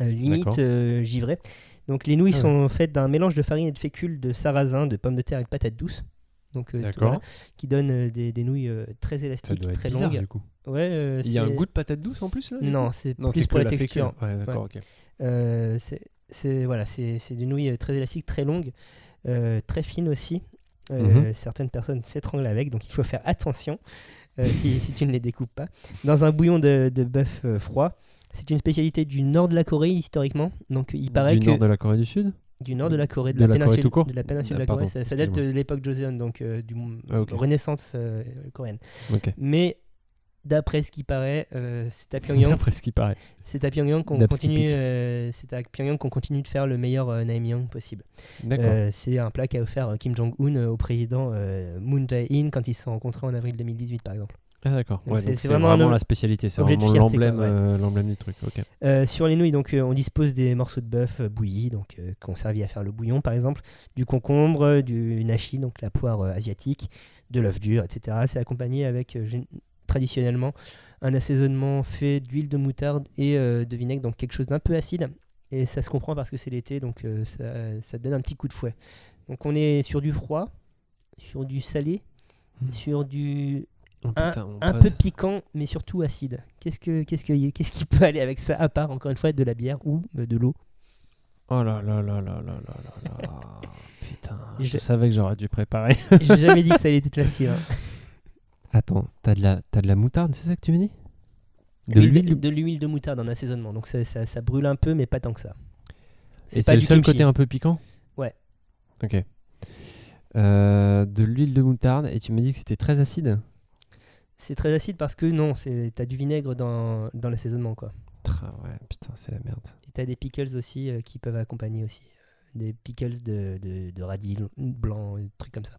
Speaker 2: euh,
Speaker 1: D'accord.
Speaker 2: limite euh, givré. Donc les nouilles
Speaker 1: Ah
Speaker 2: sont faites d'un mélange de farine et de fécule, de sarrasin, de pommes de terre et de patates douces. Donc, euh, tout- voilà, qui donne euh, des, des nouilles euh, très
Speaker 1: Ça
Speaker 2: élastiques,
Speaker 1: doit être
Speaker 2: très
Speaker 1: bizarre,
Speaker 2: longues.
Speaker 1: du coup.
Speaker 2: Ouais, euh,
Speaker 1: Il y a un
Speaker 2: c'est-
Speaker 1: goût de patate douce en plus là du coup
Speaker 2: Non, c'est
Speaker 1: Non,
Speaker 2: plus
Speaker 1: c'est
Speaker 2: pour
Speaker 1: que
Speaker 2: la texture.
Speaker 1: fécule. Ouais, d'accord, ok.
Speaker 2: Euh, c'est c'est- voilà, c'est c'est des nouilles euh, très élastiques, très longues, euh, très fines aussi. Euh,
Speaker 1: Mhm.
Speaker 2: Certaines personnes s'étranglent avec, donc il faut faire attention euh, si, si tu ne les découpes pas. Dans un bouillon de, de bœuf euh, froid, c'est une spécialité du nord de la Corée historiquement. Donc il paraît
Speaker 1: du
Speaker 2: que
Speaker 1: nord de la Corée du Sud
Speaker 2: du nord de la Corée, de,
Speaker 1: De
Speaker 2: la,
Speaker 1: la Corée
Speaker 2: péninsule,
Speaker 1: tout court
Speaker 2: de la péninsule de
Speaker 1: Ah,
Speaker 2: la Corée,
Speaker 1: pardon,
Speaker 2: ça, ça date de l'époque Joseon, donc euh, du
Speaker 1: Ah, ok.
Speaker 2: Renaissance euh, coréenne.
Speaker 1: Ok.
Speaker 2: Mais d'après ce qui paraît, euh, c'est à Pyongyang
Speaker 1: Après ce qui paraît.
Speaker 2: c'est à Pyongyang qu'on
Speaker 1: D'après ce qui
Speaker 2: continue,
Speaker 1: pique.
Speaker 2: euh, c'est à Pyongyang qu'on continue de faire le meilleur euh, naengmyeon possible.
Speaker 1: D'accord.
Speaker 2: Euh, c'est un plat qu'a offert euh, Kim Jong-un euh, au président euh, Moon Jae-in quand ils se sont rencontrés en avril 2018, par exemple.
Speaker 1: ah, d'accord.
Speaker 2: donc
Speaker 1: Ouais,
Speaker 2: c'est-
Speaker 1: donc
Speaker 2: c'est
Speaker 1: c'est
Speaker 2: vraiment
Speaker 1: vraiment,
Speaker 2: un
Speaker 1: la spécialité. C'est
Speaker 2: objet de
Speaker 1: vraiment
Speaker 2: fierté, quoi,
Speaker 1: l'emblème
Speaker 2: ouais.
Speaker 1: euh, l'emblème du truc. Ok.
Speaker 2: Euh, sur les nouilles, donc, euh, on dispose des morceaux de bœuf euh, bouillis, donc euh, qu'on servit à faire le bouillon, par exemple, du concombre, euh, du nashi, donc la poire euh, asiatique, de l'œuf dur, etc. C'est accompagné avec euh, gén- traditionnellement un assaisonnement fait d'huile de moutarde et euh, de vinaigre, donc quelque chose d'un peu acide. Et ça se comprend parce que c'est l'été, donc euh, ça, ça donne un petit coup de fouet. Donc on est sur du froid, sur du salé,
Speaker 1: Mm.
Speaker 2: sur du
Speaker 1: Oh, putain, on
Speaker 2: un
Speaker 1: passe.
Speaker 2: peu piquant, mais surtout acide. Qu'est-ce que qu'est-ce que qu'est-ce qui peut aller avec ça à part encore une fois de la bière ou euh, de l'eau
Speaker 1: Oh là là là là là là là là. Putain. Je...
Speaker 2: Je-
Speaker 1: savais que j'aurais dû préparer.
Speaker 2: J'ai jamais dit que ça allait être facile. hein.
Speaker 1: Attends, t'as de la t'as de la moutarde, c'est ça que tu me dis De
Speaker 2: L'huile-
Speaker 1: l'huile.
Speaker 2: de l'huile de moutarde en assaisonnement, donc ça, ça, ça brûle un peu, mais pas tant que ça.
Speaker 1: Et
Speaker 2: pas
Speaker 1: c'est le
Speaker 2: du
Speaker 1: seul
Speaker 2: kimchi.
Speaker 1: côté un peu piquant
Speaker 2: Ouais.
Speaker 1: Ok. Euh, de l'huile de moutarde et tu me dis que c'était très acide.
Speaker 2: C'est très acide parce que non, c'est t'as du vinaigre dans, dans l'assaisonnement quoi.
Speaker 1: Tra- ouais, putain, c'est la merde.
Speaker 2: Et t'as des pickles aussi euh, qui peuvent accompagner aussi euh, des pickles de, de, de radis l- blanc, euh, trucs comme ça.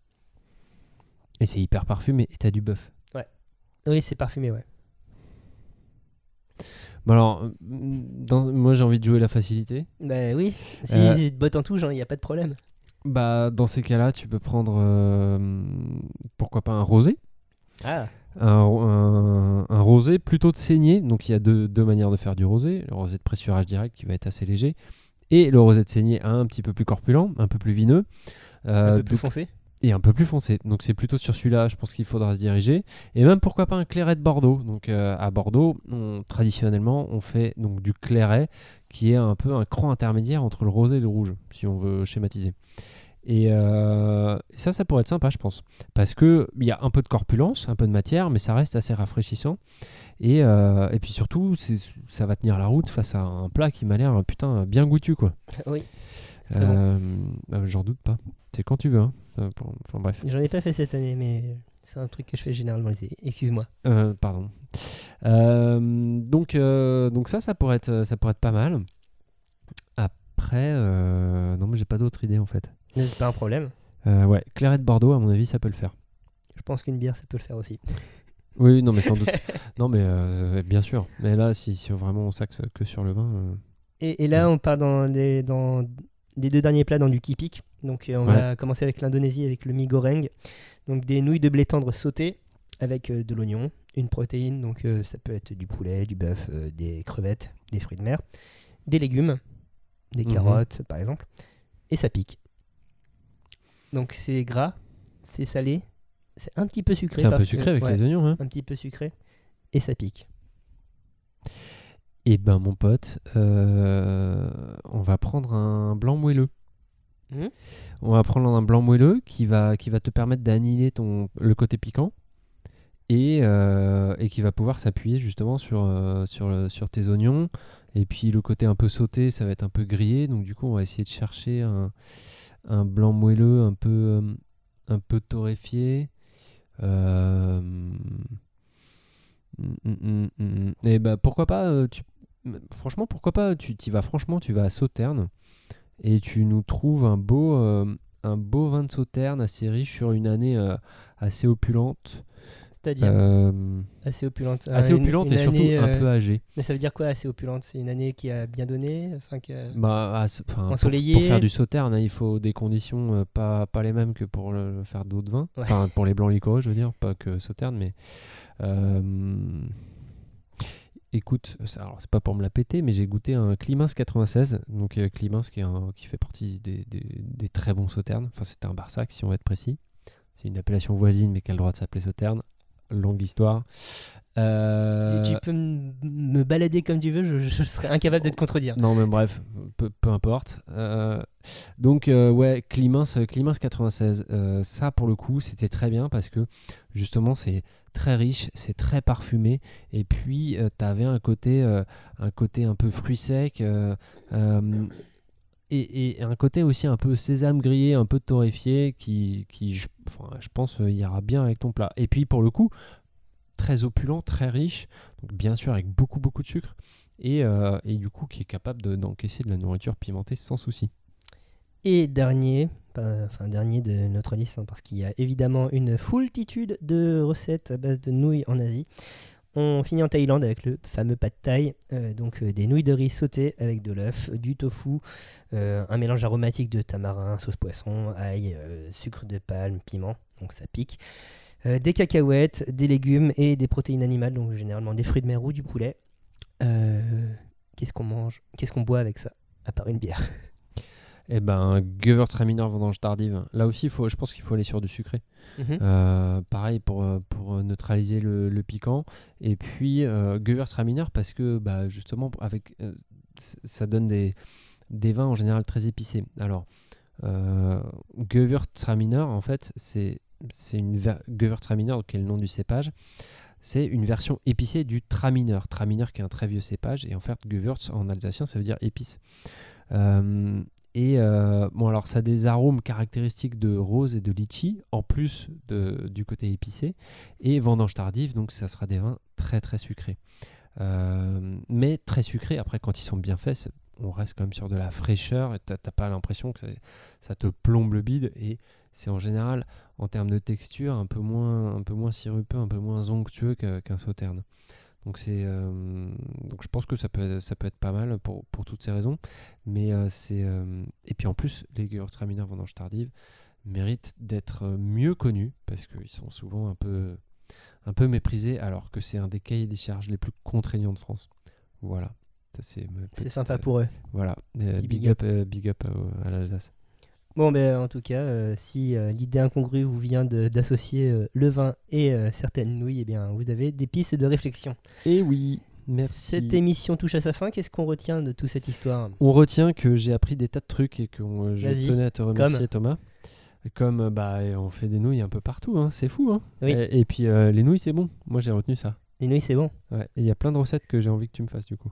Speaker 1: Et c'est hyper parfumé et t'as du bœuf.
Speaker 2: Oui, c'est parfumé, ouais.
Speaker 1: Bon alors, euh, dans- moi j'ai envie de jouer la facilité.
Speaker 2: Bah oui, si
Speaker 1: Euh,
Speaker 2: c'est de botte en touche, il n'y a pas de problème.
Speaker 1: Bah dans ces cas-là, tu peux prendre euh, pourquoi pas un rosé.
Speaker 2: Ah,
Speaker 1: un, un- un rosé plutôt de saignée. Donc il y a deux, deux manières de faire du rosé. Le rosé de pressurage direct qui va être assez léger. Et le rosé de saignée un petit peu plus corpulent, un peu plus vineux.
Speaker 2: un
Speaker 1: euh,
Speaker 2: peu plus
Speaker 1: donc-
Speaker 2: foncé.
Speaker 1: et un peu plus foncé. Donc c'est plutôt sur celui-là, je pense qu'il faudra se diriger. Et même pourquoi pas un clairet de Bordeaux. Donc euh, à Bordeaux, on- traditionnellement, on fait donc du clairet qui est un peu un cran intermédiaire entre le rosé et le rouge, si on veut schématiser. Et euh, ça, ça pourrait être sympa, je pense. Parce que il y a un peu de corpulence, un peu de matière, mais ça reste assez rafraîchissant. Et, euh, et puis surtout, c'est- ça va tenir la route face à un plat qui m'a l'air euh, putain bien goûtu, quoi.
Speaker 2: oui. c'est très bon.
Speaker 1: Euh, bah, J'en doute pas. C'est quand tu veux. hein. Euh, pour- Enfin bref.
Speaker 2: J'en ai pas fait cette année, mais c'est un truc que je fais généralement. l'été. Excuse-moi.
Speaker 1: Euh, pardon. Euh, donc, euh, donc ça, ça pourrait être, ça pourrait être pas mal. Après, euh, non mais j'ai pas d'autre idée en fait.
Speaker 2: Mais C'est pas un problème.
Speaker 1: Euh, ouais, claret de Bordeaux, à mon avis, ça peut le faire.
Speaker 2: Je pense qu'une bière, ça peut le faire aussi.
Speaker 1: Oui, non mais sans doute. non mais euh, bien sûr. Mais là, si, si vraiment on s'axe que sur le vin, euh,
Speaker 2: Et, et là, on part dans les, dans les deux derniers plats, dans du kipik. Donc, euh, on
Speaker 1: Ouais.
Speaker 2: va commencer avec l'Indonésie, avec le mie goreng. Donc, des nouilles de blé tendre sautées avec euh, de l'oignon, une protéine. Donc, euh, ça peut être du poulet, du bœuf, euh, des crevettes, des fruits de mer, des légumes, des
Speaker 1: Mhm.
Speaker 2: carottes, par exemple. Et ça pique. Donc, c'est gras, c'est salé, c'est un petit peu sucré.
Speaker 1: c'est un peu
Speaker 2: parce que-
Speaker 1: sucré avec
Speaker 2: ouais.
Speaker 1: les oignons. Hein.
Speaker 2: un petit peu sucré et ça pique.
Speaker 1: Et ben mon pote, euh, on va prendre un blanc moelleux.
Speaker 2: Mhm.
Speaker 1: On va prendre un blanc moelleux qui va, qui va te permettre d'annihiler ton le côté piquant et, euh, et qui va pouvoir s'appuyer justement sur, euh, sur, le- sur tes oignons. Et puis le côté un peu sauté, ça va être un peu grillé. Donc du coup, on va essayer de chercher un, un blanc moelleux un peu, euh, un peu torréfié. Euh, Mm, mm, mm, mm, mm. Et bah pourquoi pas euh, tu... m- Franchement, pourquoi pas Tu t'y vas franchement, tu vas à Sauterne et tu nous trouves un beau, euh, un beau vin de Sauterne assez riche sur une année euh, assez opulente.
Speaker 2: C'est-à-dire
Speaker 1: Euh,
Speaker 2: assez opulente.
Speaker 1: assez
Speaker 2: Euh, une-
Speaker 1: opulente
Speaker 2: une
Speaker 1: et surtout
Speaker 2: année,
Speaker 1: un
Speaker 2: euh,
Speaker 1: peu âgée.
Speaker 2: Mais ça veut dire quoi assez opulente C'est une année qui a bien donné enfin, qui a-
Speaker 1: Bah, à ce- enfin, pour-
Speaker 2: ensoleillée.
Speaker 1: Pour, faire du Sauterne, hein, il faut des conditions euh, pas, pas les mêmes que pour le- faire d'autres vins.
Speaker 2: Ouais.
Speaker 1: Enfin, pour les blancs liquoreux, je veux dire, pas que Sauterne, mais. euh, écoute, ça- alors c'est pas pour me la péter, mais j'ai goûté un Climens 96. Donc, euh, Climens qui, est un- qui fait partie des, des- des très bons Sauternes. Enfin, c'était un Barsac, si on veut être précis. C'est une appellation voisine, mais qui a le droit de s'appeler Sauterne. longue histoire. Euh,
Speaker 2: Tu peux m- me balader comme tu veux, je, je serais incapable de te contredire.
Speaker 1: Non, mais bref, peu, peu importe. Euh, donc, euh, ouais, Climens, Climens 96, euh, ça pour le coup, c'était très bien parce que justement, c'est très riche, c'est très parfumé. Et puis, tu t'avais un côté, euh, un côté un peu fruit sec. euh, euh, et, et un côté aussi un peu sésame grillé, un peu torréfié, qui, qui je, enfin, je pense, euh, ira bien avec ton plat. Et puis, pour le coup, très opulent, très riche, donc bien sûr avec beaucoup, beaucoup de sucre et, euh, et du coup qui est capable de- d'encaisser de, la nourriture pimentée sans souci.
Speaker 2: Et dernier, pas- enfin dernier de notre liste, hein, parce qu'il y a évidemment une foultitude de recettes à base de nouilles en Asie. On finit en Thaïlande avec le fameux pad thai, euh, donc euh, des nouilles de riz sautées avec de l'œuf, du tofu, euh, un mélange aromatique de tamarin, sauce poisson, ail, euh, sucre de palme, piment, donc ça pique, euh, des cacahuètes, des légumes et des protéines animales, donc généralement des fruits de mer ou du poulet. Euh, qu'est-ce qu'on mange, qu'est-ce qu'on boit avec ça, à part une bière
Speaker 1: Et ben Gewürztraminer vendange tardive. Là aussi, il faut, je pense qu'il faut aller sur du sucré.
Speaker 2: Mhm.
Speaker 1: Euh, pareil pour, euh, pour euh, neutraliser le, le piquant. Et puis euh, Gewürztraminer parce que bah, justement pour- avec euh, c- ça donne des, des vins en général très épicés. Alors euh, Gewürztraminer en fait c'est c'est une ver- Gewürztraminer qui est le nom du cépage. C'est une version épicée du Traminer. Traminer qui est un très vieux cépage et en fait Gewürz en alsacien ça veut dire épice. Euh, et euh, bon, alors ça a des arômes caractéristiques de rose et de litchi, en plus de- du côté épicé, et vendange tardive, donc ça sera des vins très très sucrés. Euh, mais très sucrés, après quand ils sont bien faits, c'est- on reste quand même sur de la fraîcheur, et t'as t'as pas l'impression que ça, ça te plombe le bide, et c'est en général, en termes de texture, un peu moins, un peu moins sirupeux, un peu moins onctueux que- qu'un sauterne. Donc, c'est, euh, donc je pense que ça peut, ça peut être pas mal pour, pour toutes ces raisons. Mais euh, c'est. euh, Et puis en plus, les Gewürztraminer vendange tardive méritent d'être euh, mieux connus parce qu'ils sont souvent un peu, un peu méprisés alors que c'est un des cahiers des charges les plus contraignants de France. Voilà. Ça, C'est ma
Speaker 2: C'est
Speaker 1: petite,
Speaker 2: sympa
Speaker 1: euh,
Speaker 2: pour eux.
Speaker 1: Voilà. Euh,
Speaker 2: Petit
Speaker 1: big,
Speaker 2: big
Speaker 1: up, euh, big up à, à l'Alsace.
Speaker 2: Bon, ben, en tout cas, euh, si euh, l'idée incongrue vous vient de- d'associer euh, le vin et euh, certaines nouilles, eh bien, vous avez des pistes de réflexion.
Speaker 1: Et oui. Merci.
Speaker 2: Cette émission touche à sa fin. Qu'est-ce qu'on retient de toute cette histoire
Speaker 1: On retient que j'ai appris des tas de trucs et que euh, je
Speaker 2: Vas-y,
Speaker 1: tenais à te remercier, Thomas. Comme euh, bah, on fait des nouilles un peu partout, hein, c'est fou. Hein
Speaker 2: Oui.
Speaker 1: et, et puis euh, les nouilles, c'est bon. Moi, j'ai retenu ça.
Speaker 2: Les nouilles, c'est bon.
Speaker 1: Ouais, et il y a plein de recettes que j'ai envie que tu me fasses du coup.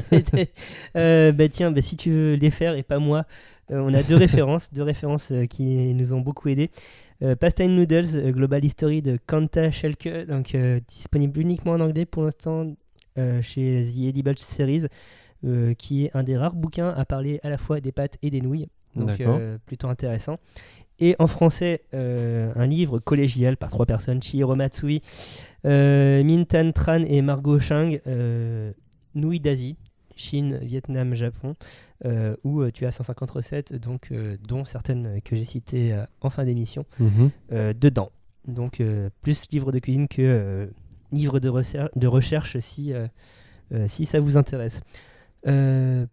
Speaker 2: Euh, ben, tiens, ben, si tu veux les faire et pas moi, euh, on a deux références, deux références euh, qui nous ont beaucoup aidé. Pasta and Noodles, euh, Global History de Kanta Schelke, donc euh, disponible uniquement en anglais pour l'instant euh, chez The Edible Series, euh, qui est un des rares bouquins à parler à la fois des pâtes et des nouilles. Donc
Speaker 1: D'accord.
Speaker 2: euh, plutôt intéressant. Et en français, euh, un livre collégial par trois personnes, Chihiro Matsui, euh, Min Tan Tran et Margot Chang, euh, Nouilles d'Asie, Chine, Vietnam, Japon, euh, où euh, tu as 150 recettes, donc, euh, dont certaines que j'ai citées euh, en fin d'émission,
Speaker 1: Mhm.
Speaker 2: euh, dedans. Donc euh, plus livre de cuisine que euh, livre de, recer- de recherche si, euh, euh, si ça vous intéresse. Euh,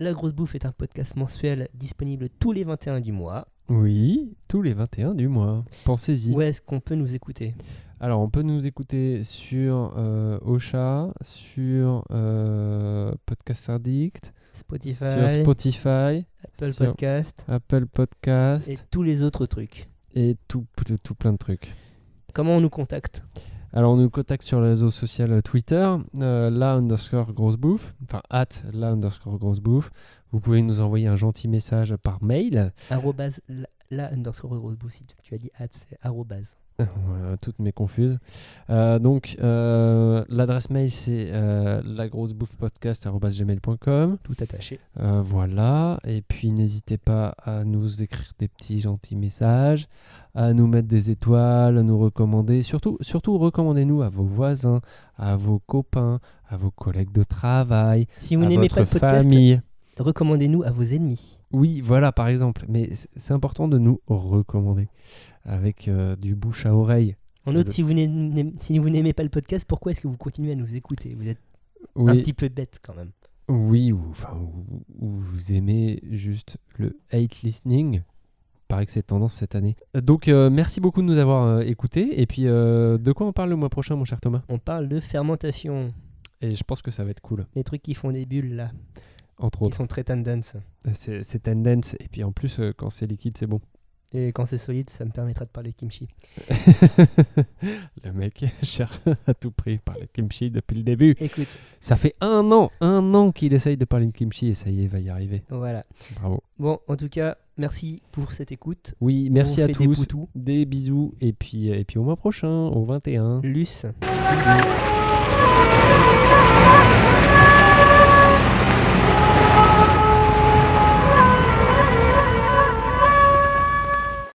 Speaker 2: la Grosse Bouffe est un podcast mensuel disponible tous les 21 du mois.
Speaker 1: Oui, tous les 21 du mois. Pensez-y.
Speaker 2: Où est-ce qu'on peut nous écouter
Speaker 1: Alors, on peut nous écouter sur euh, Ocha, sur euh, Podcast Addict,
Speaker 2: Spotify,
Speaker 1: sur Spotify,
Speaker 2: Apple
Speaker 1: sur-
Speaker 2: Podcast
Speaker 1: Apple Podcast
Speaker 2: et tous les autres trucs.
Speaker 1: et, tout, tout, tout plein de trucs.
Speaker 2: Comment on nous contacte
Speaker 1: Alors, on nous contacte sur le réseau social euh, Twitter, euh, la underscore grosse bouffe, enfin, at la underscore grosse bouffe. Vous pouvez nous envoyer un gentil message par mail.
Speaker 2: Arrobase la, la underscore grosse bouffe. Si tu as dit at, c'est arrobase.
Speaker 1: Voilà, toutes mes confuses. Euh, donc, euh, l'adresse mail, c'est euh, lagrossebouffepodcast.gmail.com.
Speaker 2: Tout attaché.
Speaker 1: Euh, voilà. Et puis, n'hésitez pas à nous écrire des petits gentils messages, à nous mettre des étoiles, à nous recommander. Surtout, surtout recommandez-nous à vos voisins, à vos copains, à vos collègues de travail,
Speaker 2: Si vous
Speaker 1: à
Speaker 2: n'aimez
Speaker 1: votre
Speaker 2: pas le podcast,
Speaker 1: famille.
Speaker 2: recommandez-nous à vos ennemis.
Speaker 1: Oui, voilà, par exemple. Mais c- c'est important de nous recommander avec euh, du bouche à oreille.
Speaker 2: En
Speaker 1: C'est
Speaker 2: outre,
Speaker 1: le-
Speaker 2: si vous n'aimez si vous n'aimez pas le podcast, pourquoi est-ce que vous continuez à nous écouter Vous êtes un
Speaker 1: Oui.
Speaker 2: petit peu bête quand même.
Speaker 1: Oui, ou, enfin, ou- ou vous aimez juste le hate listening, paraît que c'est tendance cette année. Euh, Donc euh, merci beaucoup de nous avoir euh, écoutés. Et puis euh, de quoi on parle le mois prochain, mon cher Thomas
Speaker 2: On parle de fermentation.
Speaker 1: Et je pense que ça va être cool,
Speaker 2: Les trucs qui font des bulles là,
Speaker 1: entre
Speaker 2: qui
Speaker 1: autres. Euh,
Speaker 2: sont très tendance.
Speaker 1: C'est c'est tendance. Et puis en plus, euh, quand c'est liquide, c'est bon.
Speaker 2: Et quand c'est solide, ça me permettra de parler de kimchi.
Speaker 1: le mec cherche à tout prix parler de kimchi depuis le début.
Speaker 2: Écoute,
Speaker 1: Ça fait un an, un an qu'il essaye de parler de kimchi et ça y est, il va y arriver.
Speaker 2: voilà.
Speaker 1: Bravo.
Speaker 2: Bon, en tout cas, merci pour cette écoute.
Speaker 1: Oui, merci
Speaker 2: On
Speaker 1: à
Speaker 2: fait des
Speaker 1: tous.
Speaker 2: poutous.
Speaker 1: euh, Des bisous et puis, et puis au mois prochain, au 21.
Speaker 2: Luce.
Speaker 3: Thank